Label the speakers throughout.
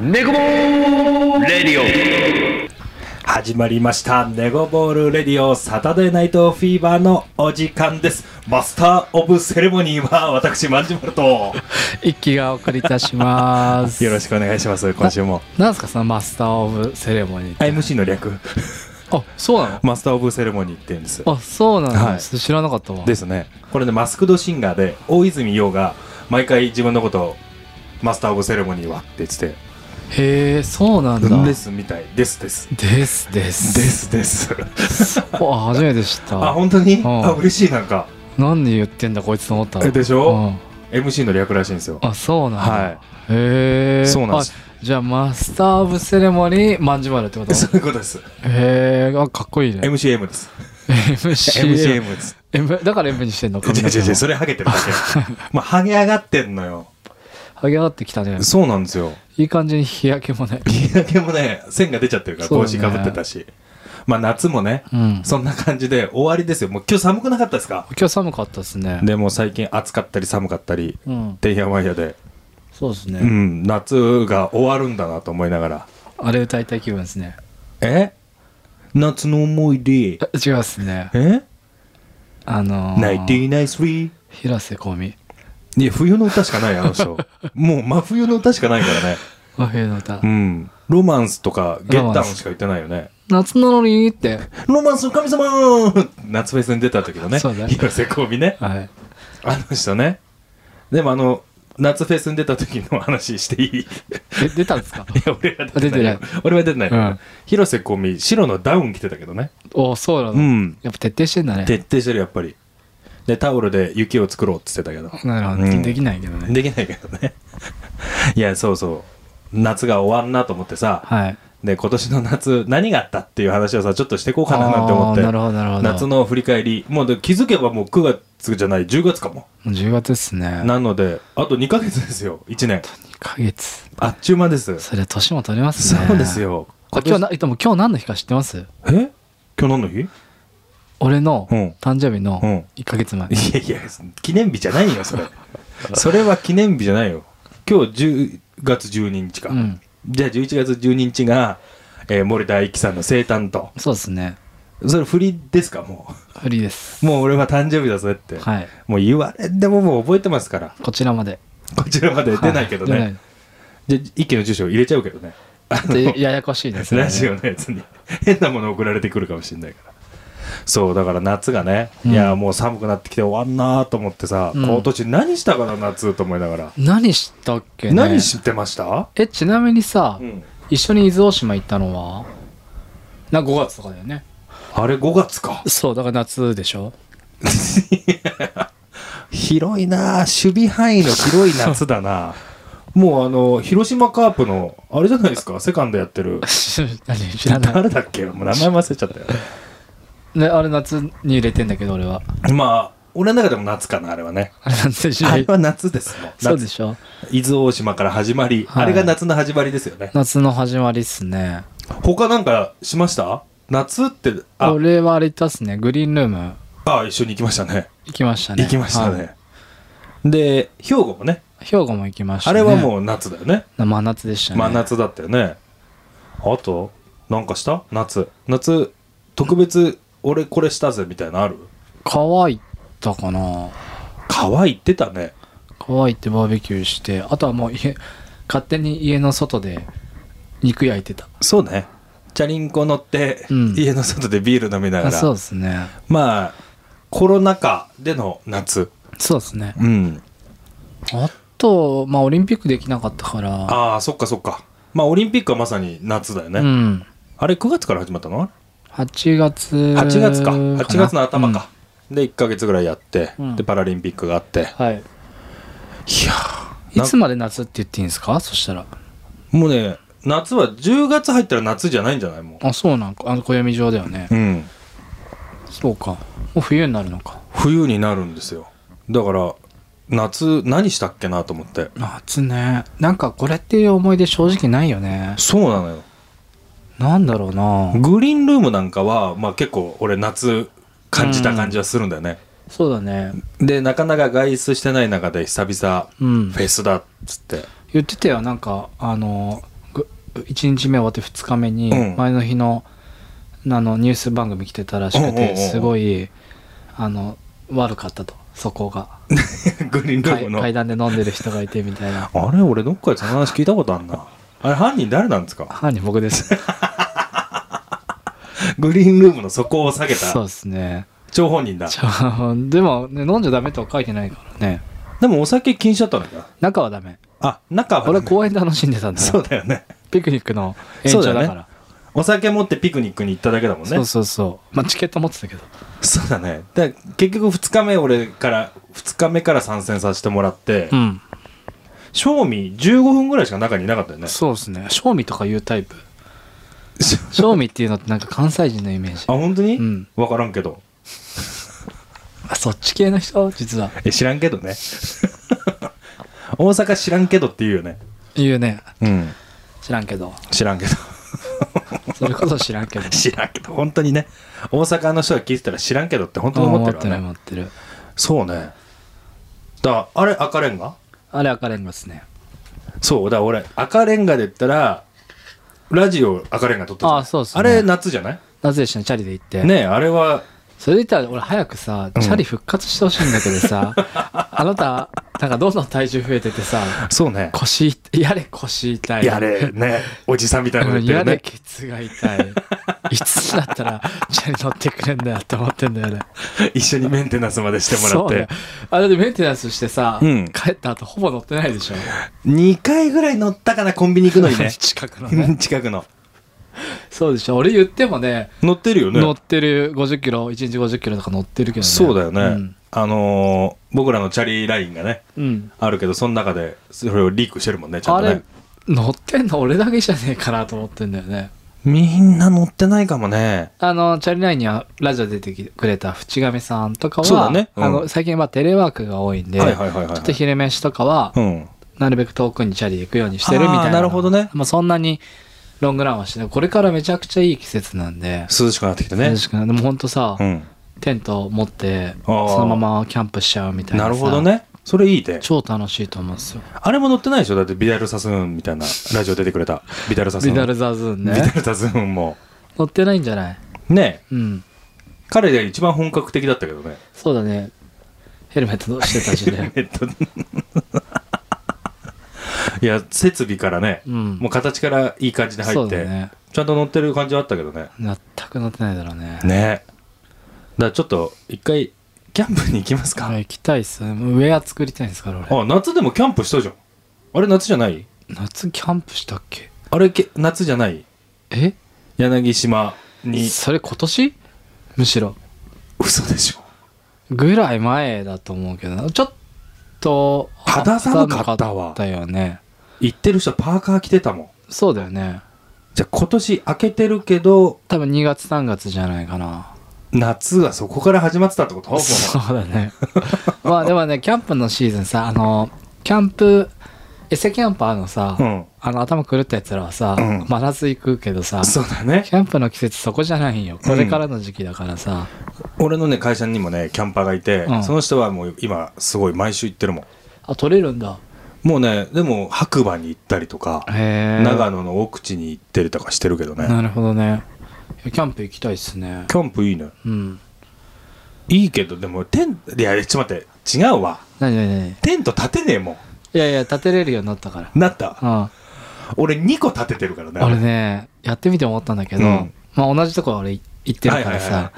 Speaker 1: ネコボールレディ
Speaker 2: 始まりましたネゴボールレディオサタデーナイトフィーバーのお時間ですマスターオブセレモニーは私マンジマル と
Speaker 3: 一気がお送りいたします。
Speaker 2: よろし
Speaker 3: く。
Speaker 2: くお願いします今週も
Speaker 3: なんですか、そのマスターオブセレモニーって。
Speaker 2: MC の略
Speaker 3: あ、そうな
Speaker 2: マスターオブセレモニーって言うんです
Speaker 3: のあ、そうなの、
Speaker 2: はい
Speaker 3: 知らなかったわ。
Speaker 2: ですねこれねマスクドシンガーで大泉洋が毎回自分のことをマスターオブセレモニーはって言ってて
Speaker 3: へえ、そうなんだ。
Speaker 2: で。すみたいですです
Speaker 3: です、です。
Speaker 2: ですです
Speaker 3: お初めて知っ
Speaker 2: あ
Speaker 3: た。
Speaker 2: 本当に
Speaker 3: うん
Speaker 2: あ嬉しいなんか
Speaker 3: 何言ってんだ、こいつと思ったわ
Speaker 2: えでしょ
Speaker 3: うん
Speaker 2: MC の略らしいんですよ
Speaker 3: あ、そうなんだ。
Speaker 2: は
Speaker 3: へえ。
Speaker 2: そうなんです
Speaker 3: あじゃあ、マスターオブセレモニー、まんじまるってこと
Speaker 2: いそういうことです
Speaker 3: へえ、あ、かっこいいね。
Speaker 2: MCM です
Speaker 3: MCM。
Speaker 2: MCM です
Speaker 3: M だから M にしてん
Speaker 2: 違
Speaker 3: の
Speaker 2: う
Speaker 3: 髪の毛
Speaker 2: 違う
Speaker 3: も
Speaker 2: 違うそれハゲてるだ けまあハゲ上がってんのよ
Speaker 3: 剥げ上がってきたね。
Speaker 2: そうなんですよ
Speaker 3: いい感じに日焼けもね。
Speaker 2: 日焼けもね線が出ちゃってるから
Speaker 3: そう
Speaker 2: 帽
Speaker 3: だ
Speaker 2: 子
Speaker 3: ね
Speaker 2: かぶってたし、まあ夏もね
Speaker 3: うん。
Speaker 2: そんな感じで終わりですよもう今日寒くなかったですか
Speaker 3: 今日寒かったですね。
Speaker 2: でも最近暑かったり寒かったり
Speaker 3: うん。
Speaker 2: てんやわんやで、
Speaker 3: そうです
Speaker 2: う
Speaker 3: ね。
Speaker 2: ん、夏が終わるんだなと思いながら
Speaker 3: あれ歌いたい気分ですね。
Speaker 2: え夏の思い出
Speaker 3: え違うっすね。
Speaker 2: え
Speaker 3: あのー、
Speaker 2: ナイティナイスリー
Speaker 3: 広瀬香美。
Speaker 2: いや冬の歌しかないあの 人もう真冬の歌しかないからね
Speaker 3: 和平の歌
Speaker 2: う。んロマンスとかゲッタウンしか言ってないよね
Speaker 3: 夏なのにって。
Speaker 2: ロマンスの神様夏フェスに出た時のね、
Speaker 3: そうだね
Speaker 2: 広瀬香美ね。
Speaker 3: はい。
Speaker 2: あの人ね。でもあの、夏フェスに出た時の話していいい
Speaker 3: で出たん ですか
Speaker 2: や、俺は出てないよ
Speaker 3: 出て。
Speaker 2: 俺は出てないよ。
Speaker 3: うん
Speaker 2: 広瀬香美、白のダウン着てたけどね。
Speaker 3: おそうなの、
Speaker 2: うん
Speaker 3: やっぱ徹底してんだね。
Speaker 2: 徹底してる、やっぱり。で、タオルで雪を作ろうって言ってたけど。
Speaker 3: なるほど、
Speaker 2: うん
Speaker 3: できないけどね。
Speaker 2: できないけどね。いや、そうそう。夏が終わんなと思ってさ、
Speaker 3: はい。
Speaker 2: で、今年の夏、何があったっていう話をさ、ちょっとしていこうかななんて思って。
Speaker 3: あーなるほど、なるほど。
Speaker 2: 夏
Speaker 3: も
Speaker 2: の振り返りもうで気づけばもう9月じゃない10月かも
Speaker 3: う10月っすね。
Speaker 2: なのであと2ヶ月ですよ1年
Speaker 3: 2ヶ月。
Speaker 2: あっちゅう間ですそ
Speaker 3: それ年も取れますね。
Speaker 2: うです。よ
Speaker 3: あ今日な、でも今日何の日か知ってます
Speaker 2: え今日何の日い
Speaker 3: 俺の
Speaker 2: うん
Speaker 3: 誕生日の
Speaker 2: うん
Speaker 3: 1 ヶ月前。
Speaker 2: やいや記念日じゃないよそ れそれは記念日じゃないよ今日10月12日か、
Speaker 3: うん。
Speaker 2: じゃあ11月12日が、えー森田一樹さんの生誕と
Speaker 3: そうですね。
Speaker 2: それ振りですかも
Speaker 3: フリーです。
Speaker 2: うもう俺は誕生日だぜって、
Speaker 3: はい。
Speaker 2: もう言われてももう覚えてますから
Speaker 3: こちらまで。
Speaker 2: こちらまで出ないけどね、
Speaker 3: は出
Speaker 2: じゃあ一気の住所入れちゃうけどねあの
Speaker 3: ないちょっとや やこしいですね。
Speaker 2: ラジオのやつに変なもの送られてくるかもしれないからそうだから夏がね、
Speaker 3: うん
Speaker 2: いやもう寒くなってきて終わんなーと思ってさ、
Speaker 3: うん
Speaker 2: 今年何したかな夏と思いながら、
Speaker 3: 何したっけね
Speaker 2: 何知ってました、
Speaker 3: え、ちなみにさ、
Speaker 2: うん
Speaker 3: 一緒に伊豆大島行ったのはな、5月とかだよね。
Speaker 2: あれ5月か
Speaker 3: そう、だから夏でしょ
Speaker 2: 広いなー守備範囲の広い夏だな もうあの広島カープのあれじゃないですかセカンドやってる
Speaker 3: 何知 らない。
Speaker 2: 誰だっけもう名前忘れちゃ ったよ
Speaker 3: ね、あれ夏に入れてんだけど、俺は。
Speaker 2: まあ俺の中でも夏かなあれはね
Speaker 3: あれ夏でしょ
Speaker 2: あれは夏ですもん
Speaker 3: そうでしょ
Speaker 2: 伊豆大島から始まり、
Speaker 3: はい
Speaker 2: あれが夏の始まりですよね
Speaker 3: 夏の始まりっすね。
Speaker 2: 他なんかしました夏ってあ
Speaker 3: 俺はあれ行ったっすね。グリーンルーム
Speaker 2: あ一緒に行きましたね
Speaker 3: 行きましたね。
Speaker 2: 行きました
Speaker 3: はい
Speaker 2: ね、で兵庫もね
Speaker 3: 兵庫も行きました
Speaker 2: あ
Speaker 3: ね。
Speaker 2: れはもう夏だよね
Speaker 3: う。真夏でしたね。
Speaker 2: 真。夏だったよねあとなんかした夏夏特別俺これしたぜみたいなのある
Speaker 3: 乾いたかな
Speaker 2: 川行ってたね
Speaker 3: 乾いてバーベキューして、あとはもう家、勝手に家の外で肉焼いてた。
Speaker 2: そうねチャリンコ乗って、
Speaker 3: うん
Speaker 2: 家の外でビール飲みなが
Speaker 3: あ
Speaker 2: ら
Speaker 3: そうですね。
Speaker 2: まあコロナ禍での夏
Speaker 3: そうですね。
Speaker 2: うん
Speaker 3: あと、まあオリンピックできなかったから、
Speaker 2: ああそっかそっかまあオリンピックはまさに夏だよね、
Speaker 3: うん。
Speaker 2: あれ9月から始まったの
Speaker 3: 8月
Speaker 2: 8月か
Speaker 3: な
Speaker 2: 8月の頭か、、で1か月ぐらいやって、
Speaker 3: うん
Speaker 2: でパラリンピックがあっていや
Speaker 3: うんはい。い
Speaker 2: ー
Speaker 3: つまで夏って言っていいんですかそしたら。
Speaker 2: なもうね夏は10月入ったら夏じゃないんじゃないも
Speaker 3: あ、そうなんか。あの、暦上だよね
Speaker 2: う、。うん、
Speaker 3: そうか。もう冬になるのか。
Speaker 2: 冬になるんですよだから夏何したっけなと思って
Speaker 3: 夏ね。なんかこれっていう思い出正直ないよね。
Speaker 2: そうなのよ
Speaker 3: なんだろうな
Speaker 2: グリーンルームなんかは、まあ、結構俺夏感じた感じはするんだよね、
Speaker 3: そうだね。
Speaker 2: でなかなか外出してない中で久々
Speaker 3: うん
Speaker 2: フ。ェスだっつって、
Speaker 3: 言ってたよなんかあのグ1日目終わって2日目に
Speaker 2: うん
Speaker 3: 前の日の,、あのニュース番組来てたらしく
Speaker 2: うんうんうん
Speaker 3: てすごいあの悪かったとそこが
Speaker 2: グリーンロ
Speaker 3: か
Speaker 2: ゴ
Speaker 3: い
Speaker 2: の。
Speaker 3: 階段で飲んでる人がいてみたいな
Speaker 2: あれ、俺どっかでその話聞いたことあん な。あれ、犯人誰なんですか
Speaker 3: 犯人僕です
Speaker 2: グリーンルームの底を下げ
Speaker 3: そう
Speaker 2: た
Speaker 3: ですね
Speaker 2: 張本人だ。
Speaker 3: ちょでも、ね、飲んじゃダメとは書いてないからね
Speaker 2: でもお酒禁止だったんだ。
Speaker 3: 中はダメ
Speaker 2: あ、中はね、
Speaker 3: 俺は公園楽しんでたんだか
Speaker 2: そ
Speaker 3: ら
Speaker 2: うだよね。
Speaker 3: ピクニックの延長だから
Speaker 2: そうだねお酒持ってピクニックに行っただけだもんね
Speaker 3: そう。そうそう。まあ、チケット持ってたけど。
Speaker 2: そうだね。で、結局2日目俺から、2日目から参戦させてもらって、
Speaker 3: うん。
Speaker 2: 賞味15分ぐらいしか中にいなかったよね。
Speaker 3: そうですね。賞味とかいうタイプ。賞味っていうのってなんか関西人のイメージ
Speaker 2: あ、。本当に
Speaker 3: うん
Speaker 2: わからんけど。
Speaker 3: あ、そっち系の人実は。
Speaker 2: え、知らんけど ね。大阪知らんけどって言うよね。
Speaker 3: 言うね。
Speaker 2: うん。
Speaker 3: 知らんけど。
Speaker 2: 知らんけど。
Speaker 3: それこそ知らん けど。
Speaker 2: 知らんけど、本当にね。大阪の人が聞いてたら知らんけどって本当に思ってるわね。
Speaker 3: 思ってる思ってる。
Speaker 2: そうね。だあれ、赤レンガ
Speaker 3: あれ赤レンガっすね。
Speaker 2: そう、だから俺、赤レンガで言ったら、ラジオ赤レンガ撮ったじゃん
Speaker 3: あそうっすね
Speaker 2: あれ、夏じゃない
Speaker 3: なぜでしたね、チャリで行って。
Speaker 2: ねえ、あれは、
Speaker 3: それで言ったら、俺早くさ、チャリ復活してほしいんだけ どさ、あなた、なんかどんどん体重増えててさ、
Speaker 2: そうね。
Speaker 3: 腰、やれ腰痛い。
Speaker 2: やれ、ね、おじさんみたいなの言って
Speaker 3: や
Speaker 2: る
Speaker 3: れ
Speaker 2: ね。
Speaker 3: ケツが痛 いいつになったらチャリ乗ってくれんだよって思ってん だよね
Speaker 2: 一緒にメンテナンスまでしても
Speaker 3: そうだ
Speaker 2: らっ
Speaker 3: よ
Speaker 2: て。
Speaker 3: あれでメンテナンスしてさ、
Speaker 2: うん
Speaker 3: 帰った後ほぼ乗ってないでしょ
Speaker 2: 2回ぐらい乗ったかな、コンビニ行くのに ね。
Speaker 3: 近くのね
Speaker 2: 近くの。
Speaker 3: そうでしょ俺言ってもね
Speaker 2: 乗ってるよね。
Speaker 3: 乗ってる50キロ1日50キロとか乗ってるけどね
Speaker 2: そうだよね。
Speaker 3: うん
Speaker 2: あのー僕らのチャリラインがね、
Speaker 3: うん
Speaker 2: あるけど、その中で、それをリークしてるもんね、ちゃん
Speaker 3: あ
Speaker 2: と
Speaker 3: れ
Speaker 2: ね。
Speaker 3: 乗ってんの俺だけじゃねえかなと思ってんだよね
Speaker 2: みんな乗ってないかもね。
Speaker 3: あのチャリナインにはラジオ出てきてくれた淵上さんとかは
Speaker 2: そうだねうん
Speaker 3: あの最近はテレワークが多いんで、
Speaker 2: はいはいはいはい。
Speaker 3: ちょっと昼飯とかは、
Speaker 2: うん。
Speaker 3: なるべく遠くにチャリで行くようにしてるみたい
Speaker 2: あ
Speaker 3: な。
Speaker 2: ーなるほどね
Speaker 3: まあそんなにロングランはしてない。これからめちゃくちゃいい季節なんで。
Speaker 2: 涼しくなってきてね
Speaker 3: 涼。しくなでもほんとさ、
Speaker 2: うん。
Speaker 3: テント持って、
Speaker 2: あー
Speaker 3: そのままキャンプしちゃうみたいな
Speaker 2: な
Speaker 3: さ。
Speaker 2: るほど。ね。それいいで。
Speaker 3: 超楽しいと思うんですよ。
Speaker 2: あれも乗ってないでしょだってビダル・サスーンみたいなラジオ出てくれた。ビダル・サスーン。
Speaker 3: ビダルザズーン
Speaker 2: ビダ
Speaker 3: ね。
Speaker 2: ル・サスーンも。
Speaker 3: 乗ってないんじゃない
Speaker 2: ねえ
Speaker 3: うん。
Speaker 2: 彼が一番本格的だったけどね。。
Speaker 3: そうだね。ヘルメットしてたしね
Speaker 2: えっと。いや、設備からね、
Speaker 3: うん。
Speaker 2: もう形からいい感じ で
Speaker 3: そ
Speaker 2: 入っ
Speaker 3: うだ
Speaker 2: て、
Speaker 3: ね。
Speaker 2: ちゃんと乗ってる感じはあったけどね。
Speaker 3: 全く乗ってないだろうね。
Speaker 2: ねえ。だからちょっと、一回、キャンプに行きますか。
Speaker 3: はい行きたいっすね。もうウェア作りたいんですから俺。
Speaker 2: あ、夏でもキャンプしたじゃん。あれ夏じゃない
Speaker 3: 夏キャンプしたっけ
Speaker 2: あれけ夏じゃない
Speaker 3: え
Speaker 2: 柳島に。
Speaker 3: それ今年むしろ
Speaker 2: 嘘でしょ。
Speaker 3: ぐらい前だと思うけどなちょっと
Speaker 2: 肌寒かったわ
Speaker 3: 肌寒かったよね
Speaker 2: 行ってる人パーカー着てたもん。
Speaker 3: そうだよね
Speaker 2: じゃあ今年明けてるけど、
Speaker 3: 多分2月3月じゃないかな
Speaker 2: 夏がそこから始まってたってこと
Speaker 3: そうだねまあでもねキャンプのシーズンさあのキャンプエセキャンパーのさ、
Speaker 2: うん。
Speaker 3: あの頭狂ったやつらはさ、
Speaker 2: うん
Speaker 3: 真夏行くけどさ
Speaker 2: そうだね
Speaker 3: キ。ャンプの季節そこじゃないんよこれからの時期だからさ、
Speaker 2: 俺のね、会社にもね、キャンパーがいて、
Speaker 3: うん
Speaker 2: その人はもう今、すごい毎週行ってるもん。
Speaker 3: あ取れるんだ
Speaker 2: もうね、でも白馬に行ったりとか、
Speaker 3: へえ
Speaker 2: 長野の奥地に行ってるとかしてるけどね。
Speaker 3: なるほどねいやキャンプ行きたいっすね
Speaker 2: キャンプいいね。
Speaker 3: うん
Speaker 2: いいけど、でも、テント、いや、ちょっと待って、違うわ。
Speaker 3: 何何何
Speaker 2: テント立てねえも
Speaker 3: いやいや、立てれるようになったから。
Speaker 2: ん。なった。
Speaker 3: うん。
Speaker 2: 俺2個立ててるからね。
Speaker 3: 俺ね、やってみて思ったんだけど、
Speaker 2: うん
Speaker 3: まあ同じとこ俺行ってるから
Speaker 2: は
Speaker 3: さ、
Speaker 2: いはいは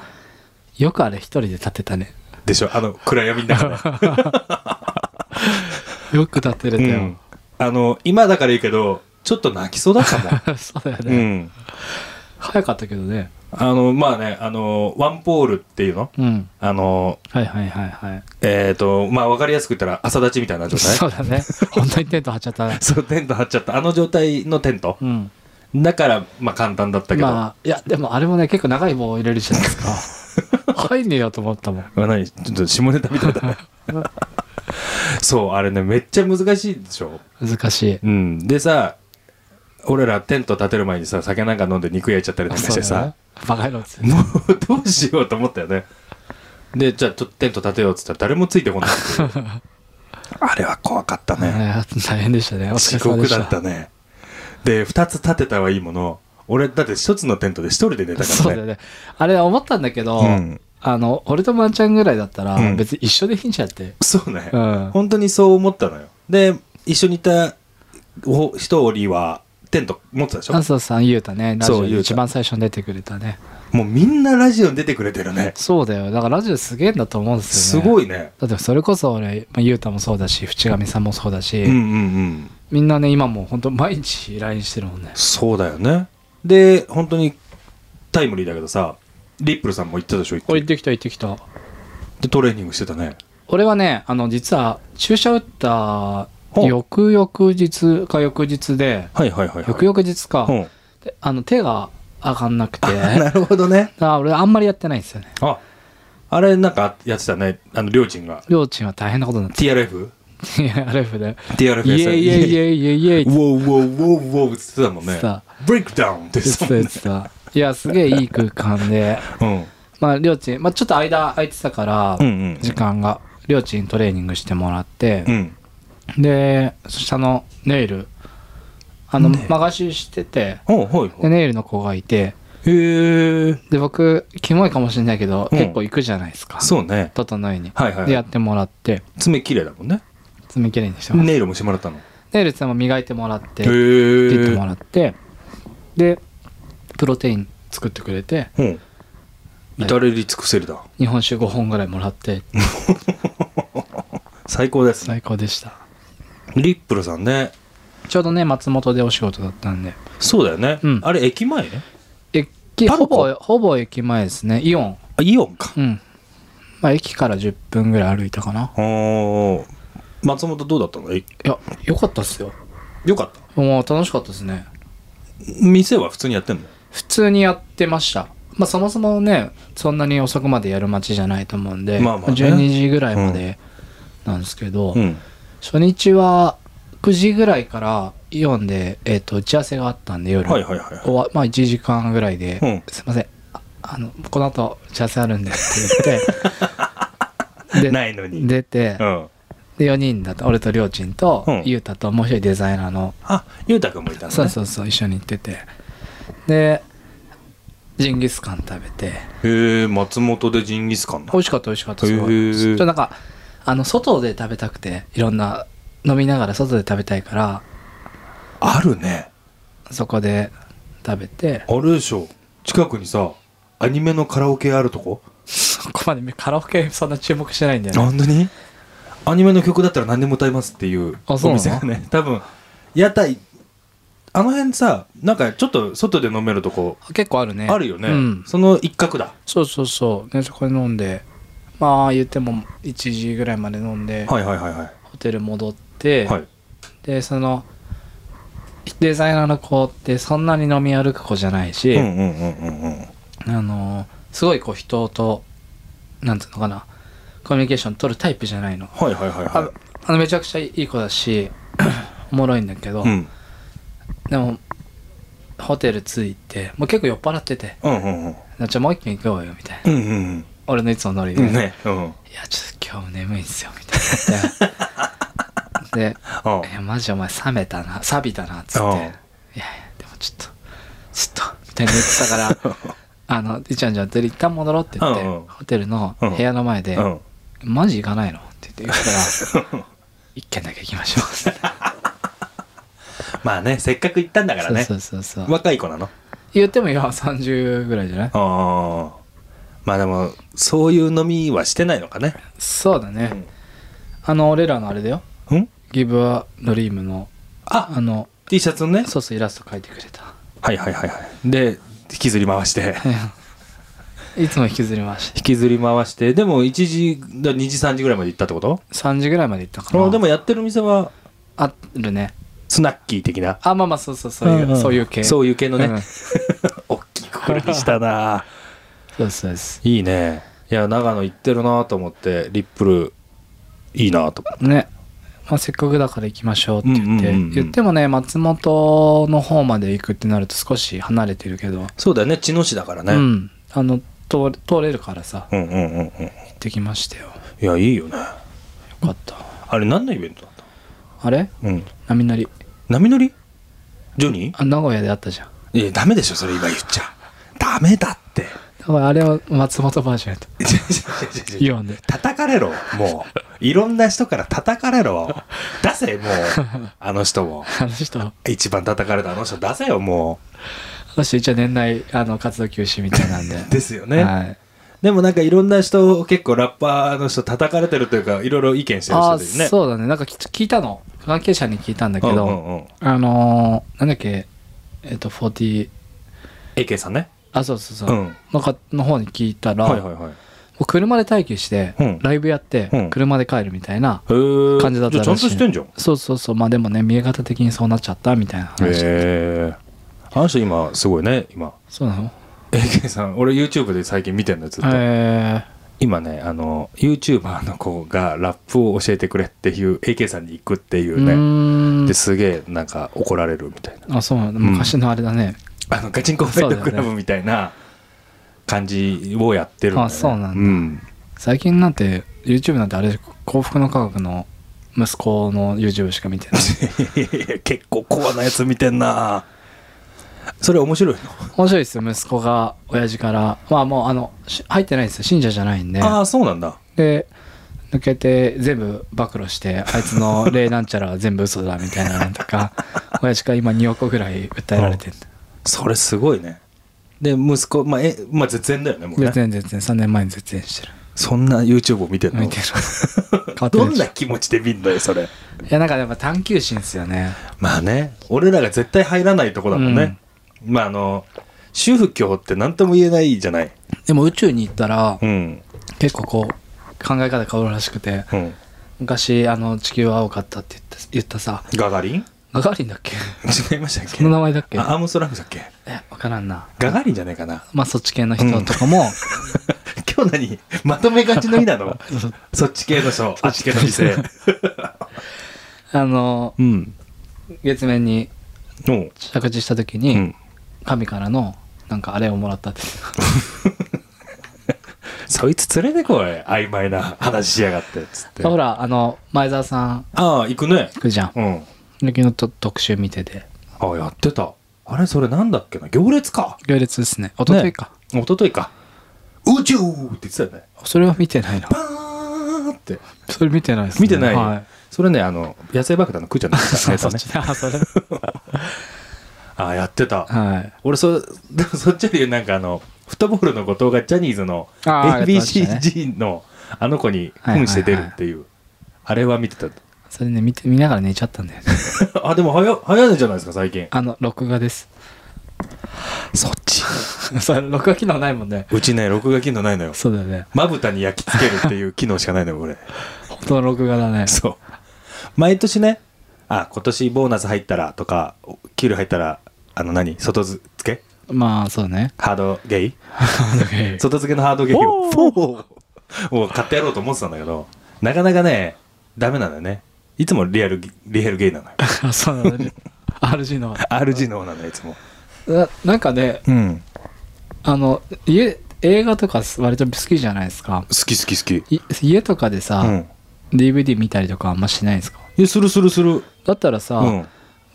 Speaker 3: よくあれ一人で立てたね。
Speaker 2: でしょ、あの、暗闇の中で。
Speaker 3: よく立て れた
Speaker 2: う
Speaker 3: よ
Speaker 2: ん。あの、今だからいいけど、ちょっと泣きそうだったもん。
Speaker 3: そうだよ
Speaker 2: う
Speaker 3: ね、
Speaker 2: ん。
Speaker 3: 早かったけどね。
Speaker 2: あの、まあね、あの、ワンポールっていうの
Speaker 3: うん。
Speaker 2: あの、
Speaker 3: はいはいはいはい。
Speaker 2: えっ、と、まあ、わかりやすく言ったら朝立ちみたいな状
Speaker 3: そう
Speaker 2: 態。
Speaker 3: だね。本当にテント張っちゃった。
Speaker 2: そう、テント張っちゃった。あの状態のテント
Speaker 3: う。ん。
Speaker 2: だから、まあ、簡単だったけど。
Speaker 3: まあ、いや、でもあれもね、結構長い棒を入れるじゃないです か。入んねえよと思ったもん。
Speaker 2: まあ何ちょっと下ネタみたいだ ね。そう、あれね、めっちゃ難しいでしょ。
Speaker 3: 難しい。
Speaker 2: うん。でさ、俺らテント建てる前にさ、酒なんか飲んで肉焼いちゃったりとかして
Speaker 3: そうだ
Speaker 2: さ
Speaker 3: ね、、バカ野郎っつって
Speaker 2: もうどうしようと思ったよね。で、じゃあちょっとテント建てようっつったら誰もついてこないっていう あれは怖かったね。
Speaker 3: ね大変でしたね。お疲
Speaker 2: 地
Speaker 3: れ様
Speaker 2: 獄
Speaker 3: でし
Speaker 2: だ
Speaker 3: た。
Speaker 2: ったね。で2つ立てたはいいもの俺だって1つのテントで1人で寝た
Speaker 3: そう
Speaker 2: か
Speaker 3: だ
Speaker 2: ら
Speaker 3: よ
Speaker 2: ね
Speaker 3: ね。あれ思ったんだけど、
Speaker 2: うん
Speaker 3: あの、俺とまんちゃんぐらいだったら、
Speaker 2: うん
Speaker 3: 別に一緒でいいんじゃんって。
Speaker 2: そうね、
Speaker 3: うん
Speaker 2: 本当にそう思ったのよで一緒にいたお一人はテント持ってたでしょ
Speaker 3: あそうさん、ゆうたね。ラジ
Speaker 2: そう
Speaker 3: オ
Speaker 2: ゆ
Speaker 3: で
Speaker 2: うた
Speaker 3: 一番最初に出てくれたね。
Speaker 2: もうみんなラジオに出てくれてるね
Speaker 3: そうだよ。だからラジオすげえんだと思うんです
Speaker 2: す
Speaker 3: よね。
Speaker 2: ご
Speaker 3: い。
Speaker 2: いね
Speaker 3: だってそれこそ俺、まあ、ゆうたもそうだし、淵上さんもそうだし、
Speaker 2: うんうんうん
Speaker 3: みんなね、今もう本当毎日 LINE してるもんね。
Speaker 2: そうだよねで本当にタイムリーだけどさリップルさんも行ったでしょ一
Speaker 3: お
Speaker 2: 回
Speaker 3: 行ってきた行ってきた。
Speaker 2: でトレーニングしてたね
Speaker 3: 俺はね、あの、実は注射打った
Speaker 2: ほう
Speaker 3: 翌々日か翌日で、
Speaker 2: はいはいはい、はい、
Speaker 3: 翌々日か、
Speaker 2: うん
Speaker 3: であの手が上がんなく て、
Speaker 2: なるほどね
Speaker 3: だから俺あんまりやってないんですよね。
Speaker 2: ああれなんかやってたねあのりょうちんが
Speaker 3: りょうちんは大変なことになって
Speaker 2: TRF?TRF
Speaker 3: アレフで。
Speaker 2: や
Speaker 3: イエイイエイイエイイエイイエ
Speaker 2: ウ
Speaker 3: イって
Speaker 2: ォーウォーウォーウォーって言ってたもん
Speaker 3: 言
Speaker 2: ね
Speaker 3: ってた。
Speaker 2: ブレイクダウンって言
Speaker 3: 言
Speaker 2: っ
Speaker 3: ってて
Speaker 2: た
Speaker 3: た
Speaker 2: もん
Speaker 3: 言っ
Speaker 2: ね
Speaker 3: てた。いや、すげえいい空間で。
Speaker 2: うん
Speaker 3: まあ、りょうちん、まあちょっと間空いてたから、
Speaker 2: うんうん
Speaker 3: 時間が。りょうちんトレーニングしてもらって
Speaker 2: う、ん
Speaker 3: で、そしてあの、ネイル、あの、まがししてて、
Speaker 2: おはい
Speaker 3: で、
Speaker 2: は
Speaker 3: ネイルの子がいて、
Speaker 2: いへえ
Speaker 3: で、僕、キモいかもしれないけど、
Speaker 2: うん
Speaker 3: 結構行くじゃないですか。
Speaker 2: そうね
Speaker 3: 整いに。
Speaker 2: はいはい
Speaker 3: で、やってもらって、
Speaker 2: 爪綺麗だもんね
Speaker 3: 爪きれいにしてもらって
Speaker 2: ネイルもしてもらったの
Speaker 3: ネイルさんも磨いてもらって、
Speaker 2: へ
Speaker 3: 切って
Speaker 2: え
Speaker 3: もらって、で、プロテイン作ってくれて、
Speaker 2: うん至れり尽くせるだ
Speaker 3: 日本酒5本ぐらいもらって、
Speaker 2: 最高です
Speaker 3: 最高で した。
Speaker 2: リップルさんね
Speaker 3: ちょうどね、松本でお仕事だったんで。
Speaker 2: そうだよね、
Speaker 3: うん
Speaker 2: あれ駅前ね
Speaker 3: 駅、
Speaker 2: パル
Speaker 3: ほ
Speaker 2: コ
Speaker 3: ぼ、ほぼ駅前ですね。イオン。
Speaker 2: あイオンか
Speaker 3: うん。まあ、駅から10分ぐらい歩いたかな。
Speaker 2: おー松本どうだったのえ
Speaker 3: いや、よかったっすよ。
Speaker 2: よかった
Speaker 3: もう楽しかったですね。
Speaker 2: 店は普通にやってんの
Speaker 3: 普通にやってました。まあ、そもそもね、そんなに遅くまでやる街じゃないと思うんで、
Speaker 2: まあまあね
Speaker 3: 12時ぐらいまでなんですけど、
Speaker 2: ん
Speaker 3: 初日は9時ぐらいからイオンで、えっと打ち合わせがあったんで夜、
Speaker 2: はいはいはい
Speaker 3: 終わまあ、1時間ぐらいで「
Speaker 2: うん
Speaker 3: すいませんああのこの後打ち合わせあるんで」って 言ってで
Speaker 2: ないのに
Speaker 3: 出て、
Speaker 2: うん
Speaker 3: で4人だと俺とりょうちんと、
Speaker 2: うん
Speaker 3: ゆうたともう一人デザイナーの、
Speaker 2: あゆうたくんもいたのね
Speaker 3: そうそうそう一緒に行っててでジンギスカン食べて
Speaker 2: へえ松本でジンギスカンな
Speaker 3: 美味しかった美味しかったすご
Speaker 2: へー
Speaker 3: いちょっとなんかあの外で食べたくていろんな飲みながら外で食べたいから
Speaker 2: あるね
Speaker 3: そこで食べて、
Speaker 2: あれでしょ近くにさアニメのカラオケあるとこ
Speaker 3: そこまでカラオケそんな注目してないんだよね。
Speaker 2: 本当にアニメの曲だったら何でも歌いますっていう
Speaker 3: あそう
Speaker 2: お
Speaker 3: なの
Speaker 2: 店がね 多分屋台あの辺さなんかちょっと外で飲めるとこ
Speaker 3: 結構あるね。
Speaker 2: あるよね、
Speaker 3: うん。
Speaker 2: その一角だ
Speaker 3: そうそうそう。ね、そこで飲んで、まあ言っても1時ぐらいまで飲んで、
Speaker 2: はいはいはいは
Speaker 3: ホテル戻って、
Speaker 2: いはい
Speaker 3: で、その、デザイナーの子ってそんなに飲み歩く子じゃないし、
Speaker 2: うんうんうんうんうん
Speaker 3: あの、すごいこう人と、なんていうのかな、コミュニケーション取るタイプじゃないの。
Speaker 2: はいはいはい
Speaker 3: あ
Speaker 2: は
Speaker 3: あのめちゃくちゃいい子だし、 おもろいんだけど、
Speaker 2: いうん
Speaker 3: でも、ホテル着いて、もう結構酔っ払ってて、
Speaker 2: うんうんうん
Speaker 3: じゃあもう一軒行こうよ、みたいな。
Speaker 2: うんうん
Speaker 3: 俺のいつもノリ
Speaker 2: う
Speaker 3: で。
Speaker 2: んねうん
Speaker 3: いや、ちょっと今日も眠いんすよ、みたい な。で、
Speaker 2: あ
Speaker 3: いや、マジお前冷めたな、錆びたな、つって。い
Speaker 2: うん
Speaker 3: やいや、でもちょっと、ちょっと、みたいに 言ってたから、あの、いちゃんじゃん、一旦戻ろうって言って、
Speaker 2: うんうん
Speaker 3: ホテルの部屋の前で、
Speaker 2: うん
Speaker 3: マジ行かないのって言って言ったら、 一軒だけ行きましょう。
Speaker 2: まあねせっかく行ったんだから ね
Speaker 3: そうそうそうそう。
Speaker 2: 若い子なの
Speaker 3: 言っても、いや、30ぐらいじゃない
Speaker 2: ああまあでもそういう飲みはしてないのかね
Speaker 3: そうだね。あの、俺らのあれだよ。
Speaker 2: うん
Speaker 3: ギブアドリームの、
Speaker 2: あ
Speaker 3: あの、
Speaker 2: T シャツのね
Speaker 3: そうそう、イラスト描いてくれた。
Speaker 2: はいはいはいはいで引きずり回して
Speaker 3: いつも引きずりまして。
Speaker 2: 引きずり回してでも1時だ2時3時ぐらいまで行ったってこと
Speaker 3: 3時ぐらいまで行ったか
Speaker 2: あ
Speaker 3: な。
Speaker 2: でもやってる店は
Speaker 3: あるね。
Speaker 2: スナッキー的な
Speaker 3: あ、まあまあ、そうそう、そういう、そういう系。
Speaker 2: そういう系のね、
Speaker 3: うん
Speaker 2: 大きい心にしたな
Speaker 3: そうそうです。
Speaker 2: いいねいや長野行ってるなと思ってリップルいいなと思って
Speaker 3: ね。まあ、せっかくだから行きましょうって言って、
Speaker 2: うんうんうんうん
Speaker 3: 言ってもね、松本の方まで行くってなると少し離れてるけど、
Speaker 2: そうだよね知能市だからね、
Speaker 3: うん。あの、通れ通れるからさ、
Speaker 2: うんうんうんうん
Speaker 3: 行ってきましたよ。よ
Speaker 2: いやいいよね
Speaker 3: かった。
Speaker 2: あれ何のイベントだった
Speaker 3: あれ
Speaker 2: うん
Speaker 3: 波乗り。
Speaker 2: 波乗りジョニー
Speaker 3: あ名古屋であったじゃん
Speaker 2: いやダメでしょそれ今言っちゃダメだって
Speaker 3: だからあれは松本バージョンやったイオンで
Speaker 2: 叩かれろもういろんな人から叩かれろ出せもうあの人も
Speaker 3: あの人あ
Speaker 2: 一番叩かれたあの人出せよも
Speaker 3: の人一応年内あの活動休止みたいなんで
Speaker 2: う ですよね、
Speaker 3: はい、
Speaker 2: でもなんかいろんな人結構ラッパーの人叩かれてるというかいろいろ意見してる
Speaker 3: あ
Speaker 2: 人
Speaker 3: あー
Speaker 2: ですね
Speaker 3: そうだねなんかき聞いたの関係者に聞いたんだけど、
Speaker 2: うんうんうん、
Speaker 3: あのー、なんだっけえっ、と40
Speaker 2: AK さんね
Speaker 3: あそうそうそうう、
Speaker 2: ん
Speaker 3: のかの方に聞いたら、
Speaker 2: はい
Speaker 3: も
Speaker 2: はいはいへ
Speaker 3: う車で待機して、
Speaker 2: うん
Speaker 3: ライブやって、
Speaker 2: うん
Speaker 3: 車で帰るみたいな
Speaker 2: ー
Speaker 3: 感じだった
Speaker 2: じゃ
Speaker 3: ら
Speaker 2: あ
Speaker 3: し
Speaker 2: ちゃん
Speaker 3: い
Speaker 2: としてんじゃんへ
Speaker 3: そうそうそうまあでもね見え方的にそうなっちゃったみたいな話、
Speaker 2: えあの人今すごいね今
Speaker 3: そうなの
Speaker 2: AK さん俺 YouTube で最近見てんのよずっと、
Speaker 3: え
Speaker 2: 今ねあの YouTuber の子がラップを教えてくれっていう AK さんに行くってい
Speaker 3: え
Speaker 2: う
Speaker 3: ー、う
Speaker 2: ね
Speaker 3: ーん
Speaker 2: ですげえなんか怒られるみたいな
Speaker 3: あそうなんだ昔のあれだね、
Speaker 2: あのガチンコフェイトクラブみたいな感じをやってるんだよ、ね、
Speaker 3: あそうなんだ
Speaker 2: うん
Speaker 3: 最近なんて YouTube なんてあれ幸福の科学の息子の YouTube しか見て ない
Speaker 2: いやいや結構コアなやつ見てんなそれ面白いの、
Speaker 3: 面白いですよ息子が親父からまあもうあのし入ってないですよ信者じゃないんで
Speaker 2: ああそうなんだ
Speaker 3: で抜けて全部暴露してあいつ の霊なんちゃらは全部嘘だみたいなのとか親父から今2億個ぐらい訴えられてる
Speaker 2: それすごいねで息子まあえまあ絶縁だよねもうね
Speaker 3: 絶縁絶縁3年前に絶縁してる
Speaker 2: そんな YouTube を見てるの
Speaker 3: 見てる変わって
Speaker 2: ど
Speaker 3: る
Speaker 2: ん
Speaker 3: でしょ
Speaker 2: な気持ちで見んのよそれ
Speaker 3: いやなんかやっぱ探求心ですよね
Speaker 2: まあね俺らが絶対入らないとこだもんね、まああの宗教って何とも言えないじゃない
Speaker 3: でも宇宙に行ったら
Speaker 2: うん
Speaker 3: 結構こう考え方変わるらしくて
Speaker 2: うん
Speaker 3: 昔あの地球は青かったって言った言ったさ
Speaker 2: ガガリン
Speaker 3: ガガーリンだっけ
Speaker 2: 違いましたっけ
Speaker 3: その名前だっけ
Speaker 2: あアームストラングだっけ
Speaker 3: え分からんな
Speaker 2: ガガリンじゃないかな
Speaker 3: まあそっち系の人とかも、
Speaker 2: 今日何まとめがちの日なのそっち系の人あっち系の店
Speaker 3: あの
Speaker 2: うん
Speaker 3: 月面に
Speaker 2: おう
Speaker 3: 着地した時に、
Speaker 2: うん
Speaker 3: 神からのなんかあれをもらったって
Speaker 2: そいつ連れてこい曖昧な話しやがってつって
Speaker 3: ほらあの前澤さん
Speaker 2: ああ行くね
Speaker 3: 行くじゃん
Speaker 2: うん
Speaker 3: 昨日と特集見てて
Speaker 2: ああやってたあれそれなんだっけな行列か
Speaker 3: 行列ですね一昨日か、
Speaker 2: ね一昨日か宇宙って言ってたよね
Speaker 3: それは見てないな
Speaker 2: パーンって
Speaker 3: それ見てないですね
Speaker 2: 見てない、
Speaker 3: はい
Speaker 2: それねあの野生爆弾のくーちゃんのやつだ
Speaker 3: あ
Speaker 2: ね
Speaker 3: そっちだあそれ
Speaker 2: ああやってた
Speaker 3: はい
Speaker 2: 俺そ でもそっちよりなんかあのフットボールの後藤がジャニーズの
Speaker 3: あーやってましたね
Speaker 2: ABCG のあの子に扮して出るっていう、あれは見てた
Speaker 3: それね見て見ながら寝ちゃったんだよね
Speaker 2: あでも早早いんじゃないですか最近
Speaker 3: あの録画です
Speaker 2: そっち
Speaker 3: それ録画機能ないもんね
Speaker 2: うちね録画機能ないのよ
Speaker 3: そうだよね
Speaker 2: まぶたに焼き付けるっていう機能しかないのよ俺
Speaker 3: 本当の録画だね
Speaker 2: そう毎年ねあ今年ボーナス入ったらとか給料入ったらあの何外付け
Speaker 3: まあそう ね
Speaker 2: ハードゲイ
Speaker 3: はい
Speaker 2: 外付けのハードゲイを を買ってやろうと思ってたんだけどなかなかねダメなんだよねいつもリアルリアルゲイなの よ
Speaker 3: あそうなんだね RG の
Speaker 2: RG の方なのよいつも
Speaker 3: ななんかね
Speaker 2: うん
Speaker 3: あの家映画とか割と好きじゃないですか
Speaker 2: 好き好き好き
Speaker 3: い家とかでさ、
Speaker 2: うん、
Speaker 3: DVD 見たりとかあんましないんですか
Speaker 2: えするするする
Speaker 3: だったらさ、
Speaker 2: うん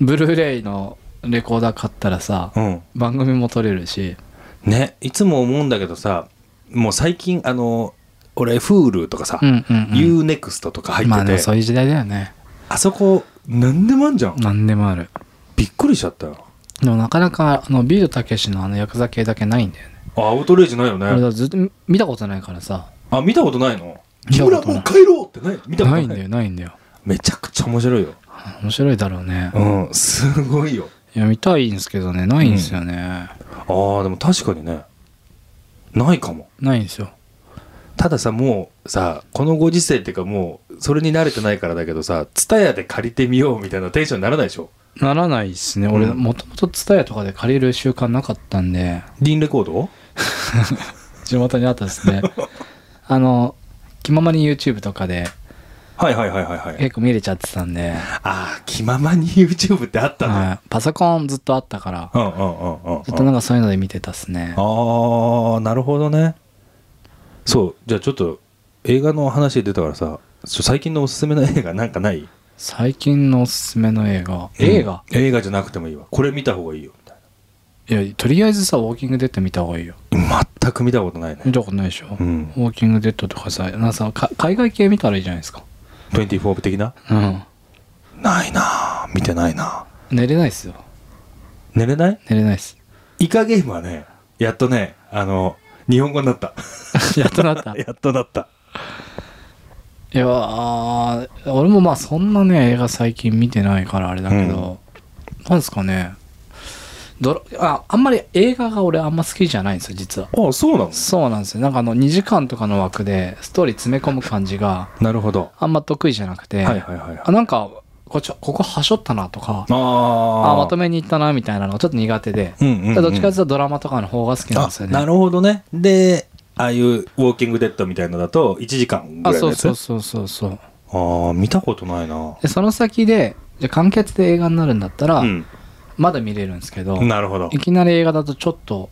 Speaker 3: ブルーレイのレコーダー買ったらさ、
Speaker 2: うん
Speaker 3: 番組も撮れるし
Speaker 2: ねいつも思うんだけどさもう最近あの俺 Hulu とかさ、
Speaker 3: うんうん、うん
Speaker 2: UNEXT とか入ってて、
Speaker 3: まあでもそういう時代だよね
Speaker 2: あそこ何でもあんじゃん
Speaker 3: 何でもある
Speaker 2: びっくりしちゃったよ
Speaker 3: でもなかなかあのビートたけしのあのヤクザ系だけないんだよね
Speaker 2: あアウトレイジないよ
Speaker 3: 俺
Speaker 2: ね
Speaker 3: だずっと見たことないからさ
Speaker 2: あ見たことないの
Speaker 3: 見
Speaker 2: 木
Speaker 3: たことな
Speaker 2: 村
Speaker 3: い
Speaker 2: もう帰ろうってない見たこと
Speaker 3: な
Speaker 2: ない
Speaker 3: いんだよないんだよ
Speaker 2: めちゃくちゃ面白いよ
Speaker 3: 面白いだろうね、
Speaker 2: うんすごいよ
Speaker 3: いや見たいんですけどねないんですよね、
Speaker 2: あーでも確かにねないかも
Speaker 3: ないんですよ
Speaker 2: たださもうさこのご時世っていうかもうそれに慣れてないからだけどさ TSUTAYA で借りてみようみたいなテンションにならないでしょ
Speaker 3: ならないっすね俺
Speaker 2: うん
Speaker 3: もともと TSUTAYA とかで借りる習慣なかったんで
Speaker 2: リンレコード
Speaker 3: 地元にあったで すねあの気ままに YouTube とかで
Speaker 2: はいはいはいはいはい
Speaker 3: 結構見れちゃってたんで、
Speaker 2: ああ気ままに YouTube ってあったんだ、
Speaker 3: はい、パソコンずっとあったから
Speaker 2: うんうんうんうんうん
Speaker 3: ずっとなんかそういうので見てたっすね
Speaker 2: ああなるほどねそうじゃあちょっと映画の話出たからさちょ最近のおすすめの映画なんかない
Speaker 3: 最近のおすすめの映画映画、
Speaker 2: うん映画じゃなくてもいいわこれ見た方がいいよみたい
Speaker 3: いやとりあえずさウォーキングデッド見た方がいいよ
Speaker 2: な全く見たことないね
Speaker 3: 見たことないでしょ、
Speaker 2: うん
Speaker 3: ウォーキングデッドとかさなんかさか海外系見たらいいじゃないですか
Speaker 2: 24部的な
Speaker 3: うん
Speaker 2: ないなぁ見てないなぁ
Speaker 3: 寝れないっすよ
Speaker 2: 寝れない
Speaker 3: 寝れない っす
Speaker 2: イカゲームはねやっとねあの日本語になった
Speaker 3: やっとなったい
Speaker 2: やっとなった
Speaker 3: やー俺もまあそんなね映画最近見てないからあれだけど、なんですかねドラああんまり映画が俺あんま好きじゃないんですよ実は
Speaker 2: あそうなの
Speaker 3: そうなんですよなんかあの2時間とかの枠でストーリー詰め込む感じが
Speaker 2: なるほど
Speaker 3: あんま得意じゃなく
Speaker 2: は
Speaker 3: て、
Speaker 2: いはいはいはい
Speaker 3: あなんかこっちここはしょったなとか
Speaker 2: あ
Speaker 3: あ
Speaker 2: あ
Speaker 3: まとめに行ったなみたいなのがちょっと苦手で、
Speaker 2: うんうんうん
Speaker 3: だからどっちかというとドラマとかの方が好きなんですよね
Speaker 2: あなるほどねでああいうウォーキングデッドみたいのだと1時間ぐ
Speaker 3: あ
Speaker 2: らいの
Speaker 3: そう
Speaker 2: やつ
Speaker 3: そうそうそうそう
Speaker 2: ああ見たことないな
Speaker 3: でその先でじゃあ完結で映画になるんだったら、
Speaker 2: うん
Speaker 3: まだ見れるんですけど
Speaker 2: なるほど
Speaker 3: いきなり映画だとちょっと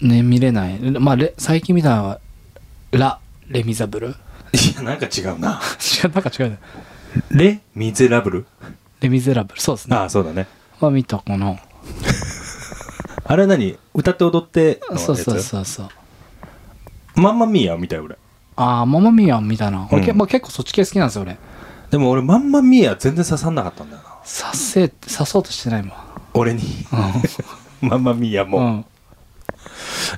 Speaker 3: ね見れないまあレ最近見たのは「ラ・レ・ミザブル」
Speaker 2: いやなんか違うな
Speaker 3: 違うなんか違うね
Speaker 2: レ・ミゼラブル
Speaker 3: レ・ミゼラブルそうですね
Speaker 2: ああそうだね
Speaker 3: は見たかな
Speaker 2: あれは何歌って踊ってのやつ
Speaker 3: そうそうそうそう
Speaker 2: マンマミーア見たよ俺
Speaker 3: ああママミヤ見たな俺、け
Speaker 2: うん
Speaker 3: まあ、結構そっち系好きなんですよ俺
Speaker 2: でも俺マンマミーア全然刺さんなかったんだよな
Speaker 3: させ刺そうとしてないもん
Speaker 2: 俺 にマンマミーアも、
Speaker 3: うん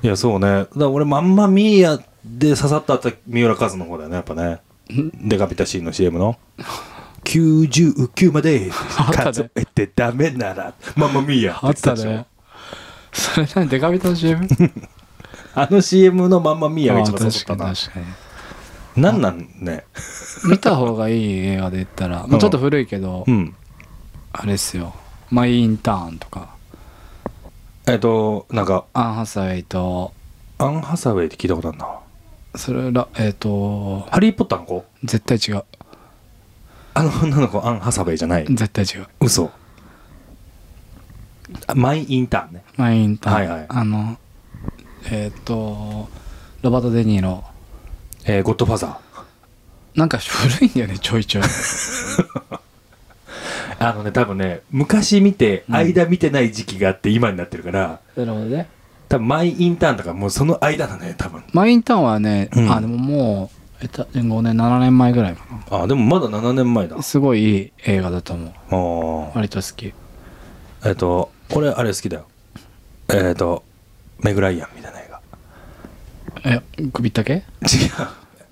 Speaker 2: いやそうねだから俺マンマミーアで刺さったって三浦和の方だよねやっぱねデカピタシーの CM の99まで
Speaker 3: あったね
Speaker 2: 数えてダメならマンマミーア
Speaker 3: あって
Speaker 2: 言
Speaker 3: た
Speaker 2: てでしょ
Speaker 3: ね。それ何デカビタの CM?
Speaker 2: あの CM のマンマミーアが一番刺さ
Speaker 3: 確
Speaker 2: った
Speaker 3: かに
Speaker 2: な
Speaker 3: 確かに。
Speaker 2: なんなんね
Speaker 3: 見た方がいい映画で言ったら、
Speaker 2: う
Speaker 3: ま
Speaker 2: ん
Speaker 3: あ、ちょっと古いけど、
Speaker 2: うん
Speaker 3: あれっすよ。マイ・インターンとか、
Speaker 2: えっとなんか
Speaker 3: アン・ハサウェイと、
Speaker 2: アン・ハサウェイって聞いたことあるな
Speaker 3: それら、えっ、と、
Speaker 2: ハリー・ポッターの子
Speaker 3: 絶対違う。
Speaker 2: あの女の子アン・ハサウェイじゃない
Speaker 3: 絶対違う。
Speaker 2: 嘘あマイ・インターンね
Speaker 3: マイ・インターン。
Speaker 2: はいはい
Speaker 3: あの、えっ、と、ロバート・デ・ニーロ。
Speaker 2: えーゴッドファザ
Speaker 3: なんか古いんだよね、ちょ いちょい。
Speaker 2: ー あのね多分ね昔見て
Speaker 3: うん
Speaker 2: 間見てない時期があって今になってるから、
Speaker 3: なるほどね。
Speaker 2: 多分マイ・インターンとかもうその間だね多分
Speaker 3: マイ・インターンはね、
Speaker 2: うん
Speaker 3: あ、でももう、えっと、5年、7年前ぐらいか
Speaker 2: あでもまだ7年前だ
Speaker 3: な。すごいいい映画だと思う。
Speaker 2: あ
Speaker 3: 割と好き。
Speaker 2: えっと俺あれ好きだよえっとメグ・ライアンみたいな映画
Speaker 3: え、首ったけ
Speaker 2: 違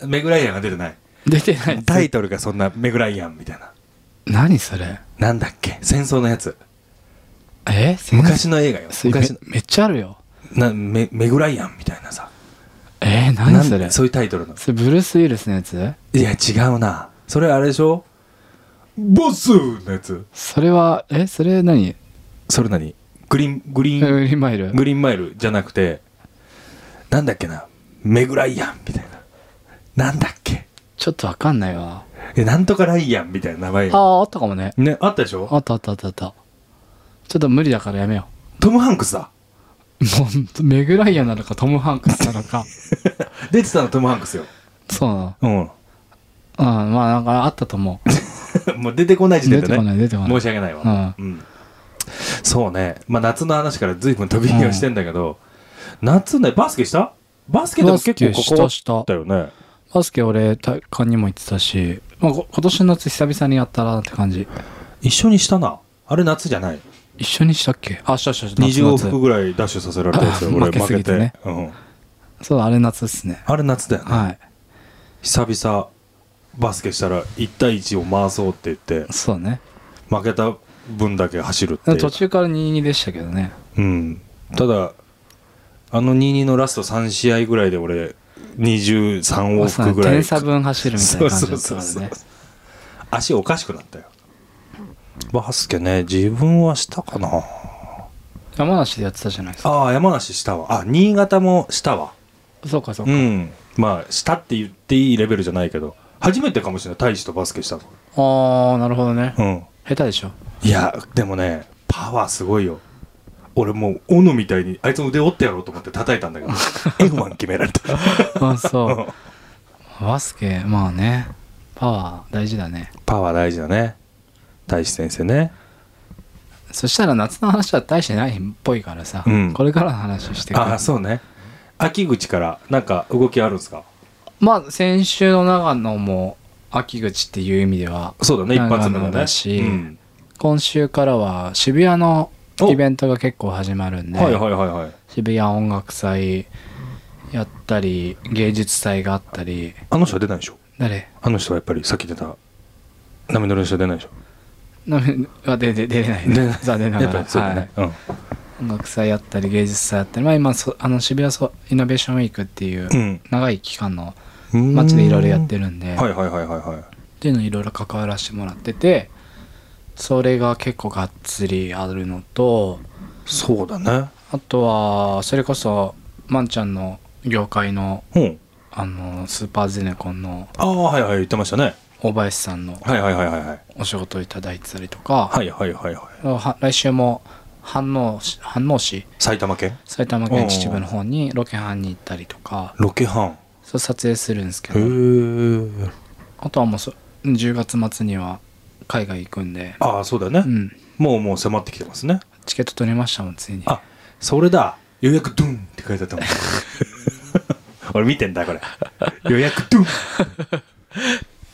Speaker 2: うメグ・ライアンが出てない
Speaker 3: 出てない。
Speaker 2: タイトルがそんなメグ・ライアンみたいな
Speaker 3: 何それ
Speaker 2: なんだっけ戦争のやつ
Speaker 3: え戦争
Speaker 2: 昔の映画よ
Speaker 3: それ
Speaker 2: 昔の
Speaker 3: めめっちゃあるよ。
Speaker 2: なメメグライアンみたいなさ
Speaker 3: えー、何そ
Speaker 2: な
Speaker 3: れ
Speaker 2: んそういうタイトルの
Speaker 3: それブルース・ウィルスのやつ
Speaker 2: いや違うなそれあれでしょボスのやつ
Speaker 3: それは、え、それ何
Speaker 2: それ何グリーングリーン
Speaker 3: ウリマイル
Speaker 2: グリーンマイルじゃなくてなんだっけなメグライアンみたいななんだっけ
Speaker 3: ちょっとわかんないわ。
Speaker 2: えなんとかライアンみたいな名前
Speaker 3: ああ、あったかもね。
Speaker 2: ねあったでしょ
Speaker 3: あったあったあったあった。ちょっと無理だからやめよ
Speaker 2: トム・ハンクスだ
Speaker 3: う。もう、メグライアンなのかトム・ハンクスな のか。
Speaker 2: 出てたのトム・ハンクスよ
Speaker 3: そうなの。
Speaker 2: うん
Speaker 3: うん、まあなんかあったと思う。
Speaker 2: もう出てこない時点でね
Speaker 3: 出てこない出てこない
Speaker 2: 申し訳ないわ、うんそうねまあ夏の話から随分飛び火をしてんだけど、夏ねバスケしたバスケでも結構
Speaker 3: バスケ
Speaker 2: ここ
Speaker 3: したした
Speaker 2: あったよね
Speaker 3: バスケ俺、体育館にも行ってたし、まあ、こ今年の夏久々にやったなって感じ。
Speaker 2: 一緒にしたなあれ夏じゃない
Speaker 3: 一緒にしたっけあ、したしたした。夏
Speaker 2: 20往
Speaker 3: 夏
Speaker 2: 復ぐらいダッシュさせられたんですよ
Speaker 3: あ
Speaker 2: 俺負
Speaker 3: 負
Speaker 2: け
Speaker 3: け
Speaker 2: て
Speaker 3: すぎてね
Speaker 2: うん、
Speaker 3: そうだ、あれ夏っすね。
Speaker 2: あれ夏だよね、
Speaker 3: はい。
Speaker 2: 久々バスケしたら1対1を回そうって言って
Speaker 3: そうね。
Speaker 2: 負けた分だけ走るっていう
Speaker 3: 途中から22でしたけどね。
Speaker 2: うん、ただあの22のラスト3試合ぐらいで俺23往復ぐらい
Speaker 3: 点差分走るみたい
Speaker 2: そう
Speaker 3: な感じ
Speaker 2: そ
Speaker 3: だ
Speaker 2: う
Speaker 3: った
Speaker 2: そう
Speaker 3: から
Speaker 2: そう
Speaker 3: ね。
Speaker 2: 足おかしくなったよバスケね自分はしたかな
Speaker 3: 山梨でやってたじゃないですか。
Speaker 2: ああ山梨したわあ新潟もしたわ
Speaker 3: そうかそう
Speaker 2: う
Speaker 3: か。
Speaker 2: んまあしたって言っていいレベルじゃないけど初めてかもしれない大使とバスケしたの
Speaker 3: ああ、なるほどね。
Speaker 2: うん
Speaker 3: 下手でしょ。
Speaker 2: いやでもねパワーすごいよ俺もう斧みたいにあいつの腕折ってやろうと思って叩いたんだけ ど F1 決められた
Speaker 3: あそう。バスケ、まあね。パワー大事だね
Speaker 2: パワー大事だね大志先生ね
Speaker 3: そしたら夏の話は大してないっぽいからさ、
Speaker 2: うん
Speaker 3: これからの話してくれ
Speaker 2: ああそうね秋口からなんか動きあるんですか
Speaker 3: まあ先週の長野も秋口っていう意味では
Speaker 2: そうだね一発目の
Speaker 3: 長野
Speaker 2: ね
Speaker 3: だし
Speaker 2: うん
Speaker 3: 今週からは渋谷の
Speaker 2: お
Speaker 3: イベントが結構始まるんで、
Speaker 2: はいはいはいはい
Speaker 3: 渋谷音楽祭やったり芸術祭があったり
Speaker 2: あの人は出ないでしょ
Speaker 3: 誰
Speaker 2: あの人はやっぱりさっき出た波乗りの人は出ないでしょ
Speaker 3: なあ出出出れない
Speaker 2: 出れ
Speaker 3: ね
Speaker 2: ない
Speaker 3: 残念な
Speaker 2: やっ
Speaker 3: が
Speaker 2: ぱ
Speaker 3: ら、
Speaker 2: りそうだ
Speaker 3: はい
Speaker 2: ね、
Speaker 3: 音楽祭やったり芸術祭やったり、まあ、今そあの渋谷そイノベーションウィークっていう
Speaker 2: うん
Speaker 3: 長い期間の
Speaker 2: うん
Speaker 3: 街でいろいろやってるんで、
Speaker 2: はいはいはいはいはい
Speaker 3: っていうのいろいろ関わらせてもらっててそれが結構がっつりあるのと
Speaker 2: そうだね
Speaker 3: あとはそれこそまんちゃんの業界の
Speaker 2: うん
Speaker 3: あのスーパーゼネコンの
Speaker 2: ああはいはい言ってましたね
Speaker 3: 大林さんの
Speaker 2: はいはいはいはいはい
Speaker 3: お仕事をいただいてたりとか、
Speaker 2: はいはいはいはい
Speaker 3: は来週も飯能市飯能市
Speaker 2: 埼玉県
Speaker 3: 埼玉県秩父の方にロケハンに行ったりとか
Speaker 2: ロケハン
Speaker 3: そう撮影するんですけ
Speaker 2: へ
Speaker 3: ど
Speaker 2: え
Speaker 3: あとはもうそ10月末には海外行くんで、
Speaker 2: ああそうだよね、
Speaker 3: うん、
Speaker 2: もうもう迫ってきてますね
Speaker 3: チケット取れましたもんついに
Speaker 2: あそれだ予約ドゥンって書いてあったもん 俺見てんだこれ予約ドゥン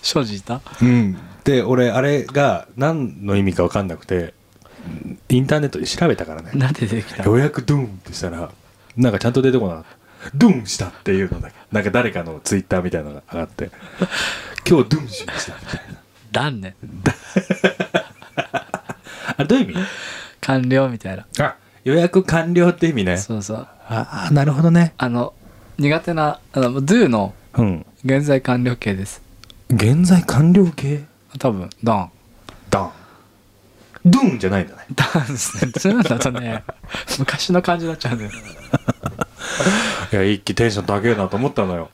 Speaker 3: 庄司いた
Speaker 2: うん、で俺あれが何の意味か分かんなくてインターネットで調べたからね
Speaker 3: なんで出てきた
Speaker 2: 予約ドゥンってしたらなんかちゃんと出てこなかったドゥンしたっていうのだけなんか誰かのツイッターみたいなのが上がって今日ドゥンしましたみたいな
Speaker 3: だんね
Speaker 2: あれどういう意味
Speaker 3: 完了みたいな
Speaker 2: あ予約完了って意味ね
Speaker 3: そうそう
Speaker 2: ああなるほどね
Speaker 3: あの苦手なあの Do の
Speaker 2: うん
Speaker 3: 現在完了形です
Speaker 2: 現在完了形
Speaker 3: 多分ドン
Speaker 2: ダンドゥンじゃないんだね
Speaker 3: ダンスね そういうのだとね昔の感じになっちゃうんだよ
Speaker 2: いや一気テンション高えなと思ったの よ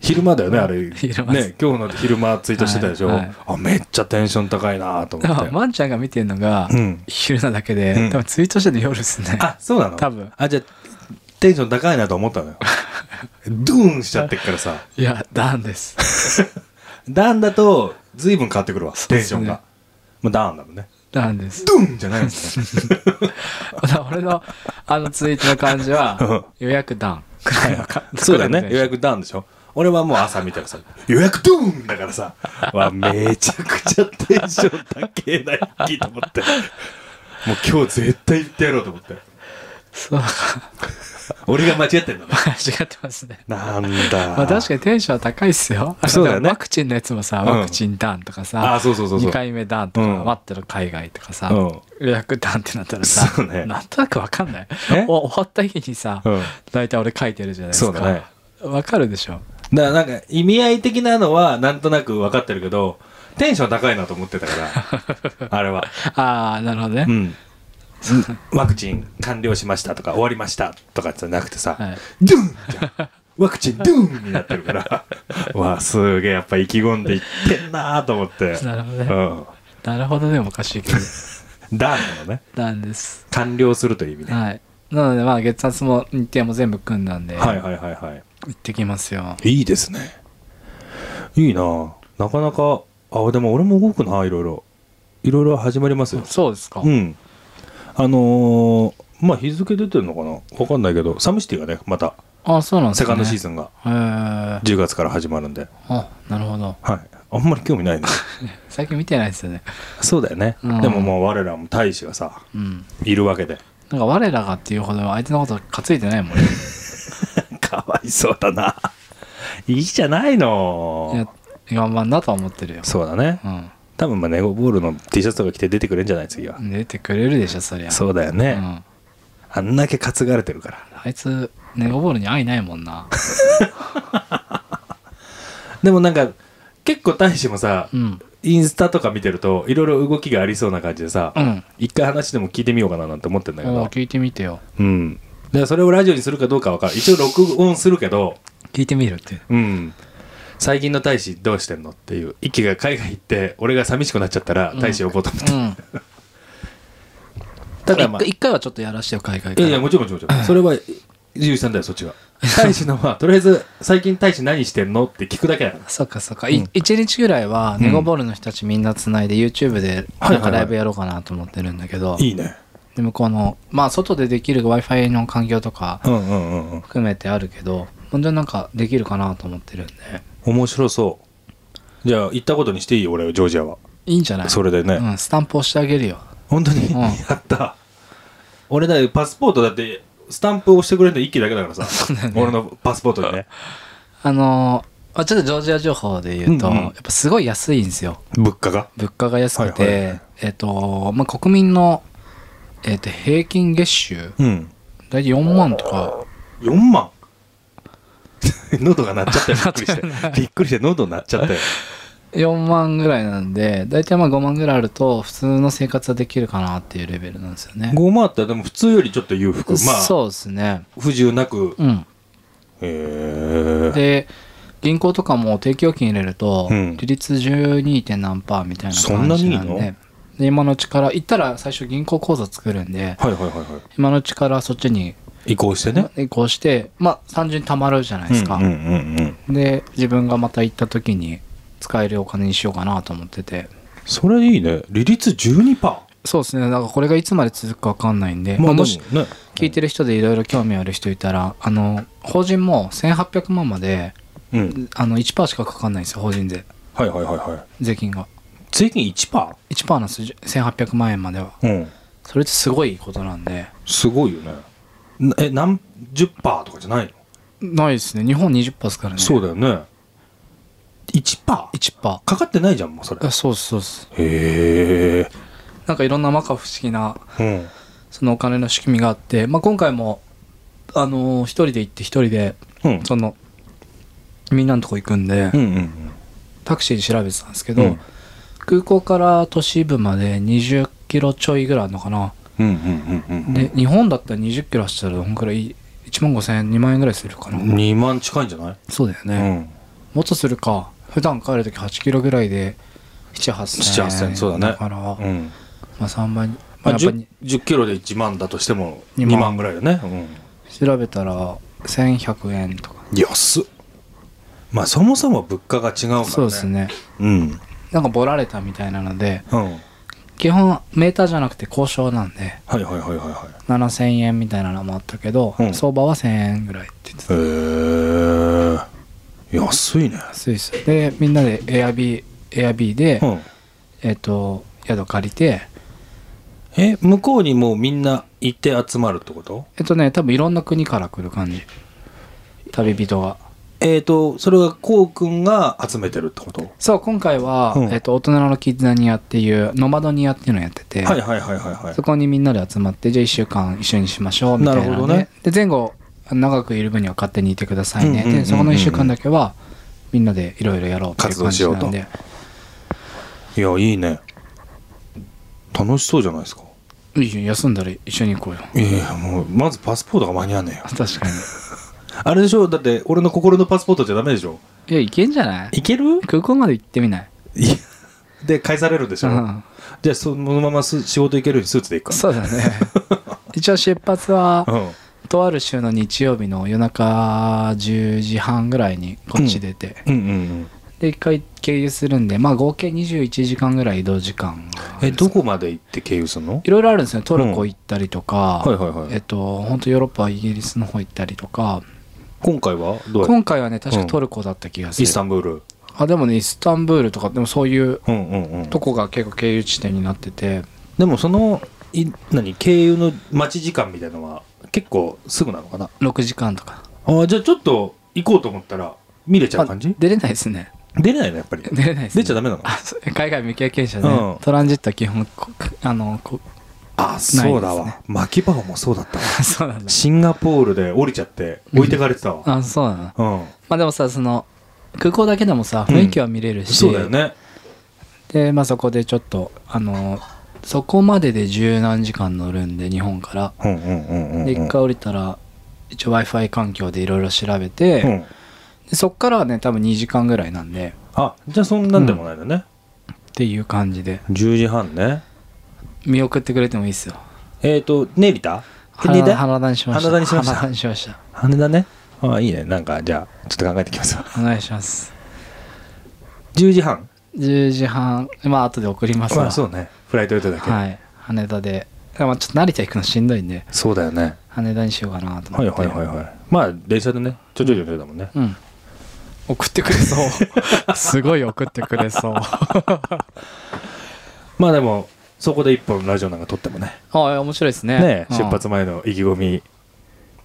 Speaker 2: 昼間だよねあれ
Speaker 3: 昼間です
Speaker 2: ね今日の昼間ツイートしてたでしょ、
Speaker 3: はいはい
Speaker 2: あめっちゃテンション高いなと思
Speaker 3: だか
Speaker 2: って、
Speaker 3: らまんちゃんが見てるのが
Speaker 2: うん
Speaker 3: 昼なだけで、
Speaker 2: うん
Speaker 3: 多分ツイートしてて夜ですね
Speaker 2: あそうなの
Speaker 3: 多分
Speaker 2: あじゃあテンション高いなと思 ったのよドゥーンしちゃってっからさ
Speaker 3: いやダンです
Speaker 2: ダーンだと随分変わってくるわ
Speaker 3: そう
Speaker 2: テ
Speaker 3: で
Speaker 2: ンシ
Speaker 3: す
Speaker 2: ョ
Speaker 3: ね
Speaker 2: ンが、もうダーンだもんね
Speaker 3: ダンです
Speaker 2: ドゥーンじゃないん ですね
Speaker 3: だから俺のあのツイートの感じは予約ダンくらいの感
Speaker 2: そうだよね予約ダーンでしょ俺はもう朝見たらさ予約ドゥーンだからさわめちゃくちゃテンション高えな一気と思 ってもう今日絶対行ってやろうと思って
Speaker 3: そうか
Speaker 2: 俺が間違ってんのね。
Speaker 3: 間違って ますね
Speaker 2: なんだ。
Speaker 3: まあ確かにテンションは高いっすよ。
Speaker 2: そうだよね
Speaker 3: あのワクチンのやつもさ、
Speaker 2: うん
Speaker 3: ワクチンダンとかさ、
Speaker 2: あそうそうそうそう
Speaker 3: 2回目ダンとか、
Speaker 2: うん
Speaker 3: 待ってる海外とかさ、
Speaker 2: う
Speaker 3: 予約ダンってなったらさ、
Speaker 2: そうね
Speaker 3: なんとなくわかんない。
Speaker 2: え
Speaker 3: お終わった日にさ、
Speaker 2: うん
Speaker 3: 大体俺書いてるじゃないです
Speaker 2: そ
Speaker 3: か。
Speaker 2: うだね
Speaker 3: わかるでしょ。
Speaker 2: だからなんか意味合い的なのはなんとなく分かってるけど、テンション高いなと思ってたから、 あれは。
Speaker 3: ああ、なるほどね。
Speaker 2: うん。ワクチン完了しましたとか終わりましたとかじゃなくてさ、
Speaker 3: はい
Speaker 2: ドゥンじゃんワクチンドゥンになってるから、 わあ、すげえやっぱ意気込んでいってんなーと思って。
Speaker 3: なるほどね
Speaker 2: うん。
Speaker 3: なるほどね、おかしいけど。
Speaker 2: ダーンなのね。
Speaker 3: ダンです。
Speaker 2: 完了するという意味ね。
Speaker 3: はい。なので、まあ、月末も日程も全部組んだんで、
Speaker 2: はいはいはいはい。
Speaker 3: 行ってきますよ。
Speaker 2: いいですね。いいななかなか、あ、でも俺も動くな、いろいろ。いろいろ始まりますよ。
Speaker 3: そうですか。
Speaker 2: うん。あのーまあ日付出てるのかなわかんないけど、サムシティがね、また、
Speaker 3: あそうなんです
Speaker 2: セ
Speaker 3: ね。
Speaker 2: カンドシー
Speaker 3: ン。
Speaker 2: ズンが
Speaker 3: へー
Speaker 2: 10月から始まるんで。
Speaker 3: あ、なるほど。
Speaker 2: はい。あんまり興味ないね。
Speaker 3: 最近見てないですよね。
Speaker 2: そうだよね。
Speaker 3: うん
Speaker 2: でももう我らも大使がさ、
Speaker 3: うん。
Speaker 2: いるわけで。
Speaker 3: なんか我らがっていうほど相手のこと担いでないもんね。
Speaker 2: かわいそうだな。いいじゃない
Speaker 3: いや
Speaker 2: の。
Speaker 3: 頑張んなとは思ってるよ。
Speaker 2: そうだね。
Speaker 3: う
Speaker 2: 多分まあネゴボールの T シャツとか着て出てくれんじゃない次は。
Speaker 3: ん。出てくれるでしょ、そりゃ。
Speaker 2: そうだよ
Speaker 3: う
Speaker 2: ね。
Speaker 3: ん。
Speaker 2: あんだけ担がれてるから。
Speaker 3: あいつ、ネゴボールに愛ないもんな。
Speaker 2: でもなんか、結構大使もさ、
Speaker 3: うん。
Speaker 2: インスタとか見てると、いろいろ動きがありそうな感じでさ、
Speaker 3: うん。
Speaker 2: 一回話でも聞いてみようかななんて思ってんだけ
Speaker 3: お
Speaker 2: ど。
Speaker 3: 聞いてみてよ。
Speaker 2: うん。だからそれをラジオにするかどうかわかる。一応録音するけど、
Speaker 3: 聞いてみるって。
Speaker 2: うん。最近の大使どうしてんのっていう。一気が海外行って、俺が寂しくなっちゃったら、大使呼ぼうと思って。
Speaker 3: うん。
Speaker 2: ただまあ
Speaker 3: 一回、一回はちょっとやらしてよ、海外
Speaker 2: い
Speaker 3: か
Speaker 2: や
Speaker 3: ら。
Speaker 2: いや、もちろんもちろんもちろん。それは、自由さんだよ、そっちが。大志のは、とりあえず、最近大志何してんのって聞くだけだから。
Speaker 3: そっかそっか、い一1日ぐらいはネゴボールの人たちみんなつないで YouTube で
Speaker 2: はいはいはい
Speaker 3: なんかライブやろうかなと思ってるんだけど、
Speaker 2: いいね。
Speaker 3: で向こうのまあ外でできる w i f i の環境とか
Speaker 2: うんうんうんうん。
Speaker 3: 含めてあるけど本当になんかできるかなと思ってるんで
Speaker 2: 面白そう。じゃあ、行ったことにしていいよ、俺は、ジョージアは。
Speaker 3: いいんじゃない
Speaker 2: それでね。
Speaker 3: うん、スタンプ押してあげるよ
Speaker 2: 本当に、
Speaker 3: うん
Speaker 2: やった。俺だよ、パスポートだって、スタンプ押してくれるの一機だけだからさ。俺のパスポートでね。
Speaker 3: あのーあちょっとジョージア情報で言うと、
Speaker 2: うんうん
Speaker 3: やっぱすごい安いんですよ
Speaker 2: 物価が。
Speaker 3: 物価が安くて、
Speaker 2: はいはいはい
Speaker 3: えっ、とまあ国民の、えっと平均月収
Speaker 2: うん。
Speaker 3: 大体4万とか
Speaker 2: 4万 喉が鳴っちゃ ったよ、びっくりして。びっくりして、喉鳴っちゃったよ。
Speaker 3: 4万ぐらいなんで大体まあ5万ぐらいあると普通の生活はできるかなっていうレベルなんですよね
Speaker 2: 5万あったら、でも普通よりちょっと裕福。まあ、
Speaker 3: そうですね
Speaker 2: 不自由なく。
Speaker 3: うん
Speaker 2: へえ。
Speaker 3: で銀行とかも定期預金入れると
Speaker 2: うん
Speaker 3: 利率 12. 点何パーみたいな感じなん
Speaker 2: そんなにいい
Speaker 3: でで今のうちから行ったら最初銀行口座作るんで
Speaker 2: はいはいはいは
Speaker 3: 今のうちからそっちに
Speaker 2: い。移行してね。
Speaker 3: 移行してまあ単純に貯まるじゃないですか、
Speaker 2: うんうんうんうん。
Speaker 3: で自分がまた行った時に使えるお金にしようかなと思ってて
Speaker 2: それいいね。利率12%。ま
Speaker 3: そうですねだからこれがいつまで続くか分かんないんで、
Speaker 2: あ、
Speaker 3: ま
Speaker 2: も
Speaker 3: あ、もし
Speaker 2: しね。
Speaker 3: 聞いてる人でいろいろ興味ある人いたらあの法人も1800万まで
Speaker 2: うん。
Speaker 3: あの1%しかかかんないんですよ法人税
Speaker 2: はいはいはいはい。
Speaker 3: 税金が
Speaker 2: 税金 1%?
Speaker 3: 1%なんですよ1800万円までは
Speaker 2: うん。
Speaker 3: それってすごいことなんです
Speaker 2: ごいよね。なえ、何十パーとかじゃないの、
Speaker 3: ないですね日本20%ですからね
Speaker 2: そうだよね。1%? か
Speaker 3: 1%
Speaker 2: かってないじゃん、もうそれ。
Speaker 3: あそうですそうです
Speaker 2: へえ。
Speaker 3: なんかいろんな摩訶不思議な
Speaker 2: うん。
Speaker 3: そのお金の仕組みがあって、まあ、今回もあのー一人で行って一人で
Speaker 2: うん。
Speaker 3: そのみんなのとこ行くんで、
Speaker 2: うんうん
Speaker 3: タクシーで調べてたんですけ
Speaker 2: う
Speaker 3: ど、
Speaker 2: ん。
Speaker 3: 空港から都市部まで20キロちょいぐらいあるのかな、
Speaker 2: うんうんうんうん。
Speaker 3: で日本だったら20キロ走ったらどんくらい1万5000円2万円ぐらいするかな、
Speaker 2: 2万近いんじゃない、
Speaker 3: そうだよね、もっとするか普段帰る時8キロぐらいで78000
Speaker 2: 7-8,000
Speaker 3: 円
Speaker 2: そうだね
Speaker 3: から、
Speaker 2: うん。うん。
Speaker 3: まあ3倍に、
Speaker 2: ま
Speaker 3: まあ、
Speaker 2: あ、
Speaker 3: やっぱり
Speaker 2: 10, 10キロで1万だとしても
Speaker 3: 2
Speaker 2: 2
Speaker 3: 万
Speaker 2: 万ぐらいだね。
Speaker 3: 調べたら1100円とか
Speaker 2: うん。安っ。まあそもそも物価が違うからね。
Speaker 3: そうです。ね
Speaker 2: うん。
Speaker 3: なんかボラれたみたいなので
Speaker 2: うん。はい
Speaker 3: 基本メーターじゃなくて交渉なんで
Speaker 2: はいはいはいはい。
Speaker 3: 7000円みたいなのもあったけど、
Speaker 2: うん
Speaker 3: 相場は1000円ぐらいって言ってた
Speaker 2: へー安いね。
Speaker 3: スイスでみんなで Airb, Airb で、
Speaker 2: うん。
Speaker 3: えっ、と宿借りて
Speaker 2: え、向こうにもうみんな行って集まるってこと
Speaker 3: えっ、とね多分いろんな国から来る感じ旅人が
Speaker 2: えっ、と、それはこうくんが集めてるってこと
Speaker 3: そう今回は、
Speaker 2: うん
Speaker 3: えっと大人のキッザニアっていうノマドニアっていうのやってて、
Speaker 2: はいはいはいはいはい
Speaker 3: そ。こにみんなで集まってじゃあ1週間一緒にしましょうみたいな
Speaker 2: なる
Speaker 3: の
Speaker 2: ほ
Speaker 3: で,、
Speaker 2: どね
Speaker 3: で前後長くいる分には勝手にいてくださいね、
Speaker 2: うんうんうんうんうん
Speaker 3: でそこの1週間だけはみんなでいろいろやろうっていう
Speaker 2: 活
Speaker 3: 感
Speaker 2: 動し
Speaker 3: じ
Speaker 2: よ
Speaker 3: な
Speaker 2: うと
Speaker 3: んで
Speaker 2: いや、いいね。楽しそうじゃないですか。
Speaker 3: いいよ休んだら一緒に 行こうよ
Speaker 2: いやいや、もう、まずパスポートが間に合わねえよ。
Speaker 3: 確かに
Speaker 2: あれでしょだって、俺の心のパスポートじゃダメでしょ
Speaker 3: いや行けんじゃない
Speaker 2: いける
Speaker 3: 空港まで行ってみない
Speaker 2: で、返されるんでしょ、
Speaker 3: うん
Speaker 2: じゃあ、そのまます仕事行けるようにスーツで行くか。
Speaker 3: そう だね一応出発は
Speaker 2: うん。
Speaker 3: とある週の日曜日の夜中10時半ぐらいにこっち出て、
Speaker 2: うんうんうん。
Speaker 3: で一回経由するんでまあ合計21時間ぐらい移動時間が
Speaker 2: え、どこまで行って経由するの
Speaker 3: いろいろあるんですねトルコ行ったりとか、
Speaker 2: はいはいはい
Speaker 3: えっと本当ヨーロッパイギリスの方行ったりとか
Speaker 2: 今回はどうやって
Speaker 3: 今回はね確かトルコだった気がす
Speaker 2: イ
Speaker 3: る、
Speaker 2: スタンブール。
Speaker 3: あでもねイスタンブールとかでもそういう
Speaker 2: うんうんうん。
Speaker 3: とこが結構経由地点になってて
Speaker 2: でもそのい何経由の待ち時間みたいのは結構すぐなのかな
Speaker 3: 6時間とか
Speaker 2: ああじゃあちょっと行こうと思ったら見れちゃう感
Speaker 3: ま
Speaker 2: じ
Speaker 3: あ出れないですね
Speaker 2: 出れないのやっぱり
Speaker 3: 出れないですね
Speaker 2: 出ちゃダメなの
Speaker 3: あそう海外未経験者ね、
Speaker 2: うん
Speaker 3: トランジットは基本こあのこ
Speaker 2: あ
Speaker 3: そうだわ
Speaker 2: 牧場もそうだったわ
Speaker 3: そうなんだ
Speaker 2: シンガポールで降りちゃって置いてかれてたわ
Speaker 3: あそうだな
Speaker 2: うん、
Speaker 3: まあでもさその空港だけでもさ雰囲気は見れるし、
Speaker 2: そうだよね
Speaker 3: でまあそこでちょっとあのそこまでで十何時間乗るんで日本から
Speaker 2: うんうんうんうん
Speaker 3: で一回降りたら一応 w i f i 環境でいろいろ調べて、
Speaker 2: うん
Speaker 3: でそっからはね多分2時間ぐらいなんで
Speaker 2: あじゃあそんなんでもないのね、
Speaker 3: っていう感じで
Speaker 2: 10時半ね
Speaker 3: 見送ってくれてもいいっすよ
Speaker 2: えっ、ー、とネリタ
Speaker 3: 原
Speaker 2: 羽
Speaker 3: 田
Speaker 2: 田
Speaker 3: にしました
Speaker 2: 原田にしました
Speaker 3: 原田にしました
Speaker 2: 羽田ねああいいねなんかじゃあちょっと考えてきますわ
Speaker 3: お願いします
Speaker 2: 10時半
Speaker 3: 10時半まあ後で送ります
Speaker 2: ま
Speaker 3: わ
Speaker 2: あそうねフライト予定だけど、
Speaker 3: はい羽田でまあちょっと成田行くのしんどいんで
Speaker 2: そうだよね
Speaker 3: 羽田にしようかなと思っ
Speaker 2: はいは
Speaker 3: て
Speaker 2: いはいはいまあ電車でねちょちょちょちょだもんね、
Speaker 3: うん送ってくれそう すごい送ってくれそう あ
Speaker 2: まあでもそこで一本ラジオなんか撮ってもね
Speaker 3: あ面白いですね
Speaker 2: ね
Speaker 3: うん
Speaker 2: 出発前の意気込み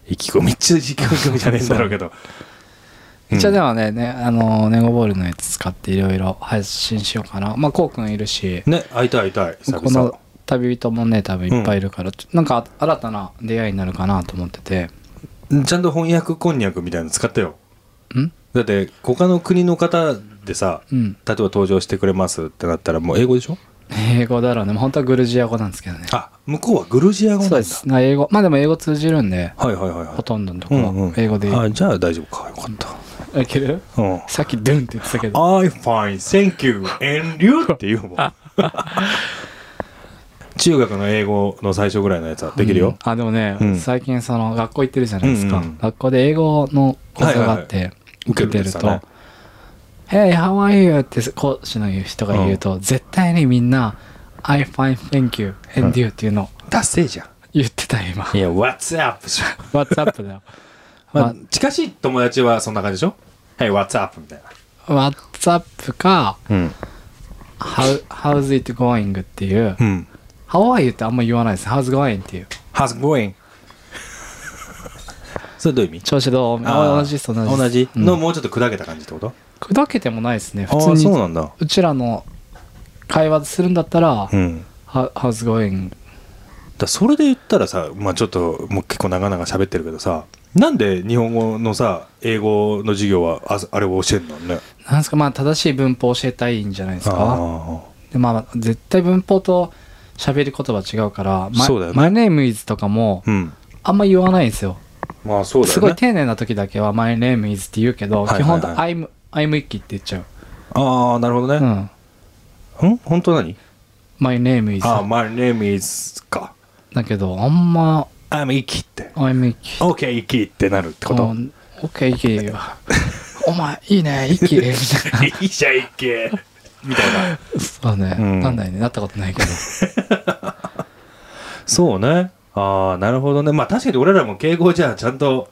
Speaker 2: 意気込みっちゃ意気込みじゃねえんだろうけど
Speaker 3: 一応で
Speaker 2: も
Speaker 3: もねねあのネゴボールのやつ使っていろいろ配信しようかなまあこうくんいるし
Speaker 2: ね会いたい会いたい久
Speaker 3: こ
Speaker 2: 々
Speaker 3: の旅人もね多分いっぱいいるから、ちょなんか新たな出会いになるかなと思ってて
Speaker 2: ちゃんと翻訳こんにゃくみたいなの使ってよ
Speaker 3: ん
Speaker 2: だって他の国の方でさ、
Speaker 3: う
Speaker 2: 例
Speaker 3: ん
Speaker 2: えば登場してくれますってなったらもう英語でしょ
Speaker 3: 英語だろうね本当はグルジア語なんですけどね
Speaker 2: あ向こうはグルジア語なん
Speaker 3: そ
Speaker 2: だ
Speaker 3: うですな英語まあでも英語通じるんで
Speaker 2: はいはいはいはい
Speaker 3: ほとんどのとこ
Speaker 2: う
Speaker 3: は
Speaker 2: んうん
Speaker 3: 英語でい
Speaker 2: あじゃあ大丈夫かよかった
Speaker 3: いける
Speaker 2: うん
Speaker 3: さっきドゥンって言ってたけど
Speaker 2: I find thank you and you って言うもん中学の英語の最初ぐらいのやつはできるよ、
Speaker 3: うんあでもね、
Speaker 2: うん
Speaker 3: 最近その学校行ってるじゃないですか、
Speaker 2: うんうん
Speaker 3: 学校で英語の講座があっ
Speaker 2: は
Speaker 3: て
Speaker 2: 受け
Speaker 3: 受けて
Speaker 2: て
Speaker 3: る
Speaker 2: ると
Speaker 3: と「Hey how are you?」って講師の人が言うと、絶対にみんな「I find thank you and you」っていうのを
Speaker 2: 達成じゃん
Speaker 3: 言ってた今
Speaker 2: いや What's up じゃん、
Speaker 3: What's up だよ
Speaker 2: まあ、近しい友達はそんな感じでしょ Hey what's up みたいな
Speaker 3: What's up か
Speaker 2: うん
Speaker 3: How, How's it going っていう
Speaker 2: うん
Speaker 3: 「How are you?」ってあんま言わないです「How's going?」っていう
Speaker 2: How's it going それどういう意味
Speaker 3: 調子どうあ同じです同じです
Speaker 2: 同じ
Speaker 3: うん
Speaker 2: のもうちょっと砕けた感じってこと
Speaker 3: 砕けてもないですね普
Speaker 2: ああ
Speaker 3: 通
Speaker 2: そう
Speaker 3: に
Speaker 2: なんだ
Speaker 3: うちらの会話するんだったら
Speaker 2: うんだか
Speaker 3: 「How- How's going?」
Speaker 2: らそれで言ったらさまあちょっともう結構長々喋ってるけどさなんで日本語のさ英語の授業はああれを教えるのね
Speaker 3: なんですかまあ正しい文法を教えたいんじゃないですか
Speaker 2: あ
Speaker 3: でまあ絶対文法と喋り言葉違うから「マ
Speaker 2: そうだよね
Speaker 3: マイネームイズ」とかも
Speaker 2: あうん
Speaker 3: あんま言わないんですよ
Speaker 2: まあそうだよね
Speaker 3: すごい丁寧な時だけは「My name is」って言うけど、
Speaker 2: はいはい
Speaker 3: 基本と
Speaker 2: は
Speaker 3: I'm「I'm 一 i って言っちゃう
Speaker 2: ああなるほど
Speaker 3: 「
Speaker 2: ね、
Speaker 3: うん、
Speaker 2: ん本当何
Speaker 3: My name is
Speaker 2: ああ My name is か」
Speaker 3: だけどあんま
Speaker 2: I'm イキって
Speaker 3: 「I'm 一 i
Speaker 2: OK イキってなるってこと、
Speaker 3: うん、OK 一気 よお前いいね一気みたい
Speaker 2: いいじゃんイキみたいな
Speaker 3: なそうね、
Speaker 2: うん
Speaker 3: なんないねなったことないけど
Speaker 2: そうねああなるほどねまあ確かに俺らも敬語じゃあちゃんと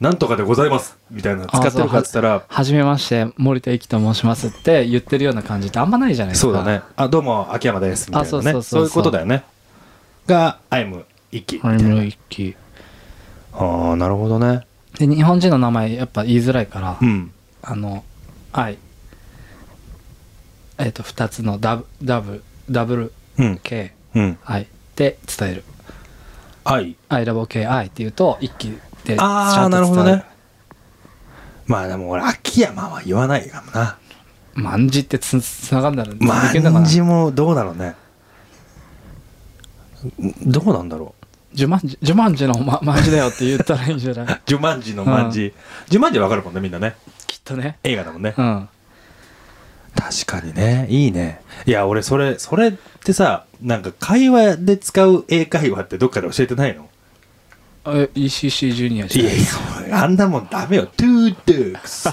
Speaker 2: なんとかでございますみたいなの使ってるかっつったら
Speaker 3: はじめまして森田一樹と申しますって言ってるような感じってあんまないじゃないですか
Speaker 2: そうだねあどうも秋山ですみたいなね
Speaker 3: あそうそうそうそう
Speaker 2: いうことだよねが I'm イキみたいな
Speaker 3: I'm 一気
Speaker 2: ああなるほどね
Speaker 3: で日本人の名前やっぱ言いづらいから、
Speaker 2: うん
Speaker 3: あの愛えっ、と2つのダブダブダブル
Speaker 2: うんうん
Speaker 3: KI で伝える
Speaker 2: はい
Speaker 3: 「I love KI」って言うと一気でち
Speaker 2: あ
Speaker 3: ゃ
Speaker 2: あ
Speaker 3: ん
Speaker 2: な
Speaker 3: と
Speaker 2: るほど
Speaker 3: 伝える
Speaker 2: ねまあでも俺秋山は言わないかもな
Speaker 3: 「まんじ」ってつつながんだらいけんのか
Speaker 2: 万
Speaker 3: な
Speaker 2: 字もどうだろうねどうなんだろう
Speaker 3: ジュマンジジュマンジのままんじだよって言ったらいいんじゃない
Speaker 2: 十万字の万字十万字わかるもんねみんなね
Speaker 3: きっとね
Speaker 2: 映画だもんね
Speaker 3: うん
Speaker 2: 確かにねいいねいや俺それそれってさなんか会話で使う英会話ってどっかで教えてないの
Speaker 3: え ECC ジュニアじ
Speaker 2: い
Speaker 3: ゃな
Speaker 2: や
Speaker 3: い
Speaker 2: いやあんなもんダメよトゥードゥークス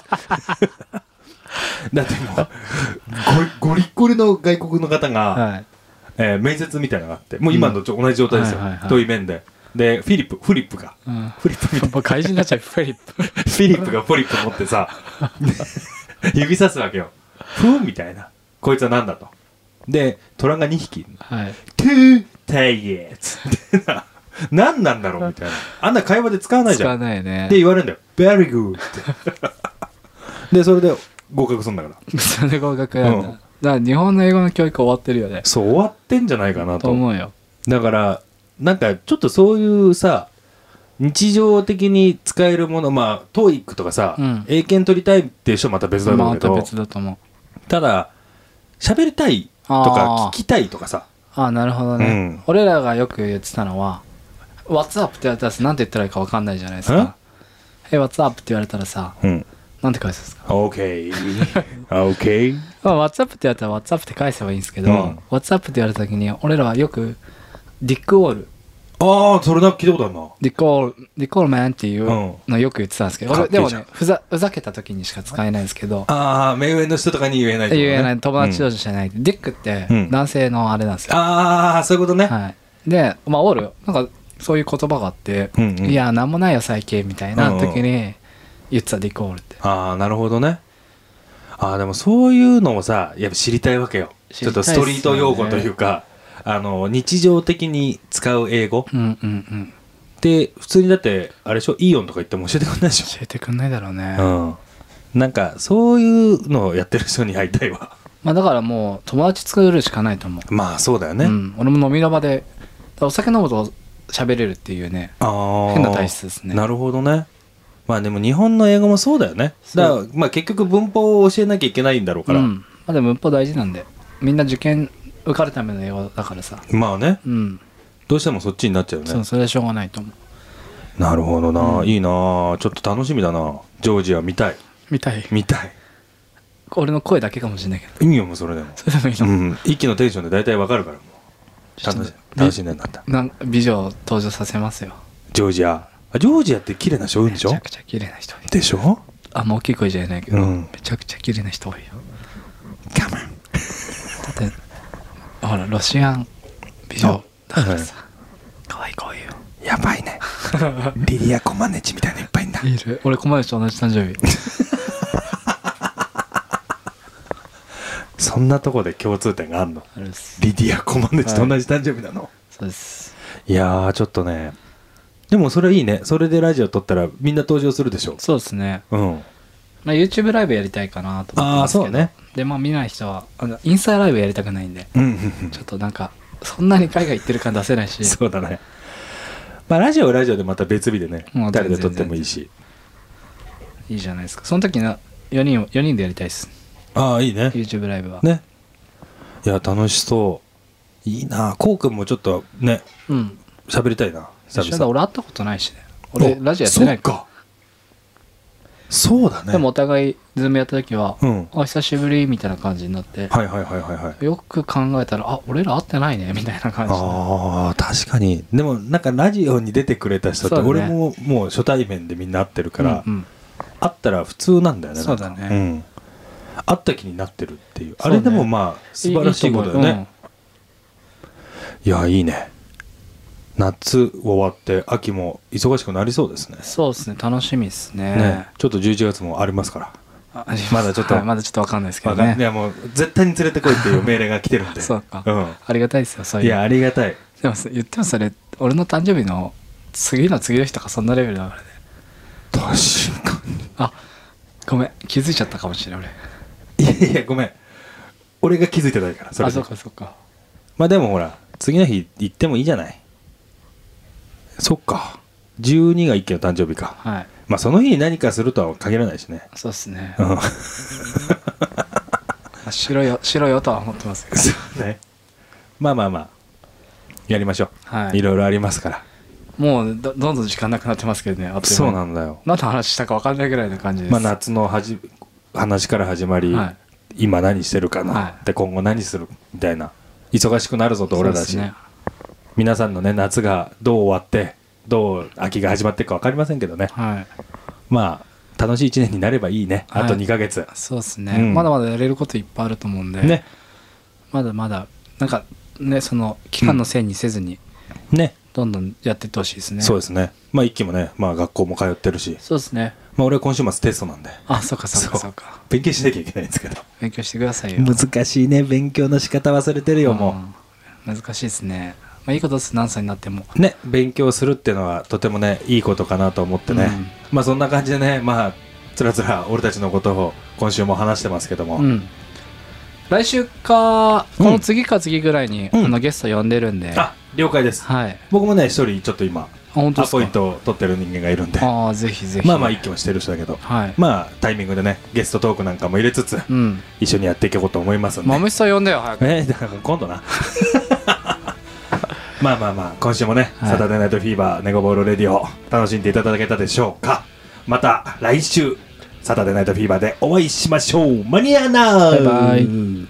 Speaker 2: だっても うゴリゴリッゴリの外国の方が、
Speaker 3: はい
Speaker 2: えー面接みたいなのがあってもう今のと同じ状態ですよ、
Speaker 3: はいはいはい
Speaker 2: 遠い面ででフィリップフリップが、
Speaker 3: うん
Speaker 2: フリップみたいな
Speaker 3: もう怪人になっちゃうフリップ
Speaker 2: フィリップがポリップ持って さ指さすわけよふんみたいなこいつはなんだとで虎が2匹
Speaker 3: はい
Speaker 2: トゥータイエーつってな 何なんだろうみたいなあんな会話で使わないじ
Speaker 3: 使
Speaker 2: ゃ
Speaker 3: わ
Speaker 2: ん
Speaker 3: ないね
Speaker 2: で言われるんだよ Very good ってでそれで合格するんだから
Speaker 3: それ合格なんだ、
Speaker 2: うん
Speaker 3: だから日本の英語の教育終わってるよね
Speaker 2: そう終わってんじゃないかな
Speaker 3: と
Speaker 2: と
Speaker 3: 思うよ
Speaker 2: だからなんかちょっとそういうさ日常的に使えるものまあ TOEIC とかさ、
Speaker 3: うん
Speaker 2: 英検取りたいっていう人はまた別だろ
Speaker 3: ま
Speaker 2: う
Speaker 3: あ
Speaker 2: けど、
Speaker 3: と別だと思う
Speaker 2: ただ喋りたいと
Speaker 3: あー
Speaker 2: か聞きたいとかさ
Speaker 3: ああなるほどね、
Speaker 2: うん
Speaker 3: 俺らがよく言ってたのは「What's up?」って言われたらさなんて言ったらいいか分かんないじゃないですか「え What's up?」って言われたらさ
Speaker 2: うん
Speaker 3: なんて返すんですか
Speaker 2: OK OK
Speaker 3: まあ What's up? って言われたら What's up? って返せばいいんですけど、
Speaker 2: うん
Speaker 3: What's up? って言われた時に俺らはよくディック・ウォール
Speaker 2: ああ、それなんか聞いたことあるな。
Speaker 3: リコール、リコールマンっていう
Speaker 2: うん
Speaker 3: のよく言ってたんですけど、
Speaker 2: かっ
Speaker 3: 俺
Speaker 2: けえ
Speaker 3: でも
Speaker 2: じゃん
Speaker 3: ね、ふざ、ふざけた時にしか使えないんですけど、
Speaker 2: ああ、目上の人とかに言えないとかね
Speaker 3: 言えない、友達同士じゃない。ディックって
Speaker 2: うん
Speaker 3: 男性のあれなんですよ。
Speaker 2: ああ、そういうことね。
Speaker 3: はい。で、まあ、おる、なんか、そういう言葉があって、
Speaker 2: うんうん
Speaker 3: いや、なんもないよ、最近、みたいな時に言ってたリコールって。
Speaker 2: ああ、なるほどね。ああ、でもそういうのをさ、やっぱ知りたいわけよ。
Speaker 3: 知
Speaker 2: ちょっ
Speaker 3: り
Speaker 2: たと
Speaker 3: いっすよ
Speaker 2: ス
Speaker 3: ね
Speaker 2: トリート用語というか、あの、日常的に使う英語
Speaker 3: うんうんうん。
Speaker 2: って、普通にだって、あれでしょ、イオンとか行っても教えてくれないでし
Speaker 3: 教えてくんないだろうね。
Speaker 2: ょ。うん。なんか、そういうのをやってる人に会いたいわ。
Speaker 3: まあ、だからもう、友達作るしかないと思う。
Speaker 2: まあ、そうだよね。
Speaker 3: うん、俺も飲みの場でお酒飲むと喋れるっていうね
Speaker 2: ああ。
Speaker 3: 変な体質ですね
Speaker 2: なるほどね。まあでも日本の英語もそうだよね。
Speaker 3: そう
Speaker 2: だから、まあ結局文法を教えなきゃいけないんだろうから。
Speaker 3: うんまあ、でも文法大事なんでみんな受験受かるための英語だからさ
Speaker 2: まあね、
Speaker 3: うん、
Speaker 2: どうしてもそっちになっちゃうよね。
Speaker 3: そうそれはしょうがないと思う
Speaker 2: なるほどな、
Speaker 3: うん
Speaker 2: いいなちょっと楽しみだなジョージア見たい
Speaker 3: 見たい
Speaker 2: 見たい
Speaker 3: 俺の声だけかもしれないけど
Speaker 2: 意味をもうそれでも
Speaker 3: それでもいいの、
Speaker 2: うん息のテンションで大体わかるからもう楽し
Speaker 3: ちょっと
Speaker 2: 楽しんでんだった
Speaker 3: なん美女を登場させますよ
Speaker 2: ジョージアあジョージアって綺麗な人多いん
Speaker 3: め
Speaker 2: で
Speaker 3: ち
Speaker 2: しょ
Speaker 3: ゃくちゃ綺麗な人多い
Speaker 2: でしょ
Speaker 3: あんま大きい声じゃ言えないけど、
Speaker 2: うん
Speaker 3: めちゃくちゃ綺麗な人多いよ
Speaker 2: 我慢
Speaker 3: だってほらロシアン美女だからさ可愛い子いよ
Speaker 2: やばい ねリリア・コマネチみたいないっぱいいんだ
Speaker 3: いる俺小林と同じ誕生日
Speaker 2: そんなとこで共通点があんの
Speaker 3: あれです
Speaker 2: リディア・コマネチと同じ誕生日なの、
Speaker 3: そうです
Speaker 2: い、やーちょっとねでもそれいいねそれでラジオ撮ったらみんな登場するでしょ
Speaker 3: そうですね
Speaker 2: うん
Speaker 3: まあ、YouTube ライブやりたいかなと思ってますけど
Speaker 2: あーそうね
Speaker 3: でまあ見ない人はあのインスタライブやりたくないんで
Speaker 2: うんうんうん
Speaker 3: ちょっとなんかそんなに海外行ってる感出せないし
Speaker 2: そうだね。まあ、ラジオはラジオでまた別日でね、
Speaker 3: もう全
Speaker 2: 誰
Speaker 3: 然
Speaker 2: で撮ってもいいし。
Speaker 3: いいじゃないですかその時の4人を4人でやりたいです
Speaker 2: ああ、いいね
Speaker 3: YouTube ライブは、
Speaker 2: ね。いや、楽しそう。いいな。こうくんもちょっとね、
Speaker 3: うん
Speaker 2: 喋りたいな。
Speaker 3: 一緒だ
Speaker 2: 々
Speaker 3: 俺会ったことないしね俺
Speaker 2: お
Speaker 3: ラジオやってない
Speaker 2: そっか。そうだね。
Speaker 3: でもお互いズームやった時は「
Speaker 2: うん
Speaker 3: お久しぶり」みたいな感じになって、
Speaker 2: はいはいはいはいはい。
Speaker 3: よく考えたら「あ俺ら会ってないね」みたいな感じ
Speaker 2: ああ、確かに。でも、なんかラジオに出てくれた人って、
Speaker 3: そうだね
Speaker 2: 俺ももう初対面でみんな会ってるから、
Speaker 3: うんうん
Speaker 2: 会ったら普通なんだよね。
Speaker 3: そうだね
Speaker 2: なんかうん。会った気になってるっていう。あ
Speaker 3: そうね
Speaker 2: れでもまあ、素晴らしいことだよね。
Speaker 3: と思ううん
Speaker 2: いやいいね夏終わって秋も忙しくなりそうですね
Speaker 3: そうですね楽しみですね
Speaker 2: ねちょっと11月もありますから
Speaker 3: あありす
Speaker 2: まだちょっと
Speaker 3: はいまだちょっとわかんないですけど
Speaker 2: わか
Speaker 3: ね
Speaker 2: んいやもう絶対に連れてこいっていう命令が来てるんで
Speaker 3: そうか、
Speaker 2: う
Speaker 3: ありがたいですよそうんいう
Speaker 2: い
Speaker 3: い
Speaker 2: やありがたい
Speaker 3: でもそ言ってもそれ俺の誕生日の次の次の日とかそんなレベルだからね
Speaker 2: 確か
Speaker 3: あごめん気づいちゃったかもしれない俺
Speaker 2: にいやいやごめん俺が気づいてないからそれ
Speaker 3: あ
Speaker 2: で
Speaker 3: そうかそうか
Speaker 2: まあでもほら次の日行ってもいいじゃないそっか12が一軒の誕生日か
Speaker 3: はい
Speaker 2: まあその日に何かするとは限らないしね
Speaker 3: そうですね
Speaker 2: うん
Speaker 3: あ白いよ白いよとは思ってますけど
Speaker 2: そうね まあまあまあやりましょう
Speaker 3: はい
Speaker 2: いろいろありますから
Speaker 3: もうどどんどん時間なくなってますけどねあっとい
Speaker 2: そう
Speaker 3: の
Speaker 2: なんだよ。
Speaker 3: 何の話したか分かんないぐらいの感じです、
Speaker 2: まあ、夏のはじ話から始まり、
Speaker 3: はい
Speaker 2: 今何してるかな、
Speaker 3: はい
Speaker 2: で今後何するみたいな忙しくなるぞと俺
Speaker 3: そう
Speaker 2: だ
Speaker 3: っす
Speaker 2: し、
Speaker 3: ね
Speaker 2: 皆さんのね夏がどう終わってどう秋が始まっていくか分かりませんけどね、
Speaker 3: はい
Speaker 2: まあ楽しい1年になればいいねあと
Speaker 3: はい
Speaker 2: 2ヶ月、
Speaker 3: そうですね、
Speaker 2: うん
Speaker 3: まだまだやれることいっぱいあると思うんで、
Speaker 2: ね
Speaker 3: まだまだなんかねその期間のせいにせずに、
Speaker 2: ね
Speaker 3: どんどんやってってほしいですね
Speaker 2: そうですねまあ一期もね、まあ、学校も通ってるし、
Speaker 3: そうですね
Speaker 2: まあ、俺は今週末テストなんで
Speaker 3: あそうかそうか
Speaker 2: そ
Speaker 3: そううか
Speaker 2: 勉強しなきゃいけないんですけど
Speaker 3: 勉強してくださいよ
Speaker 2: 難しいね勉強の仕方忘れてるよもう、
Speaker 3: うん難しいですね、まあ、いいことです何歳になっても
Speaker 2: ね、勉強するっていうのはとてもねいいことかなと思ってね、
Speaker 3: うん
Speaker 2: まあそんな感じでねまあつらつら俺たちのことを今週も話してますけども、
Speaker 3: うん来週か
Speaker 2: うん
Speaker 3: この次か次ぐらいに、
Speaker 2: うん
Speaker 3: あのゲスト呼んでるんで、
Speaker 2: あ了解です
Speaker 3: はいあ
Speaker 2: 僕もね一人ちょっと今
Speaker 3: 本当
Speaker 2: ア
Speaker 3: ですか
Speaker 2: ポイントを取ってる人間がいるんで
Speaker 3: ああぜひぜひ
Speaker 2: まあまあ一気もしてる人だけど、
Speaker 3: はい、
Speaker 2: まあタイミングでねゲストトークなんかも入れつつ
Speaker 3: うん
Speaker 2: 一緒にやっていこうと思いますんで、
Speaker 3: まむしさん呼んでよ早く
Speaker 2: えーだからもう今度な まあまあまあ今週もね、
Speaker 3: はい
Speaker 2: サタデーナイトフィーバーネゴボールレディオ楽しんでいただけたでしょうかまた来週サタデーナイトフィーバーでお会いしましょうマニアナ
Speaker 3: バイバイ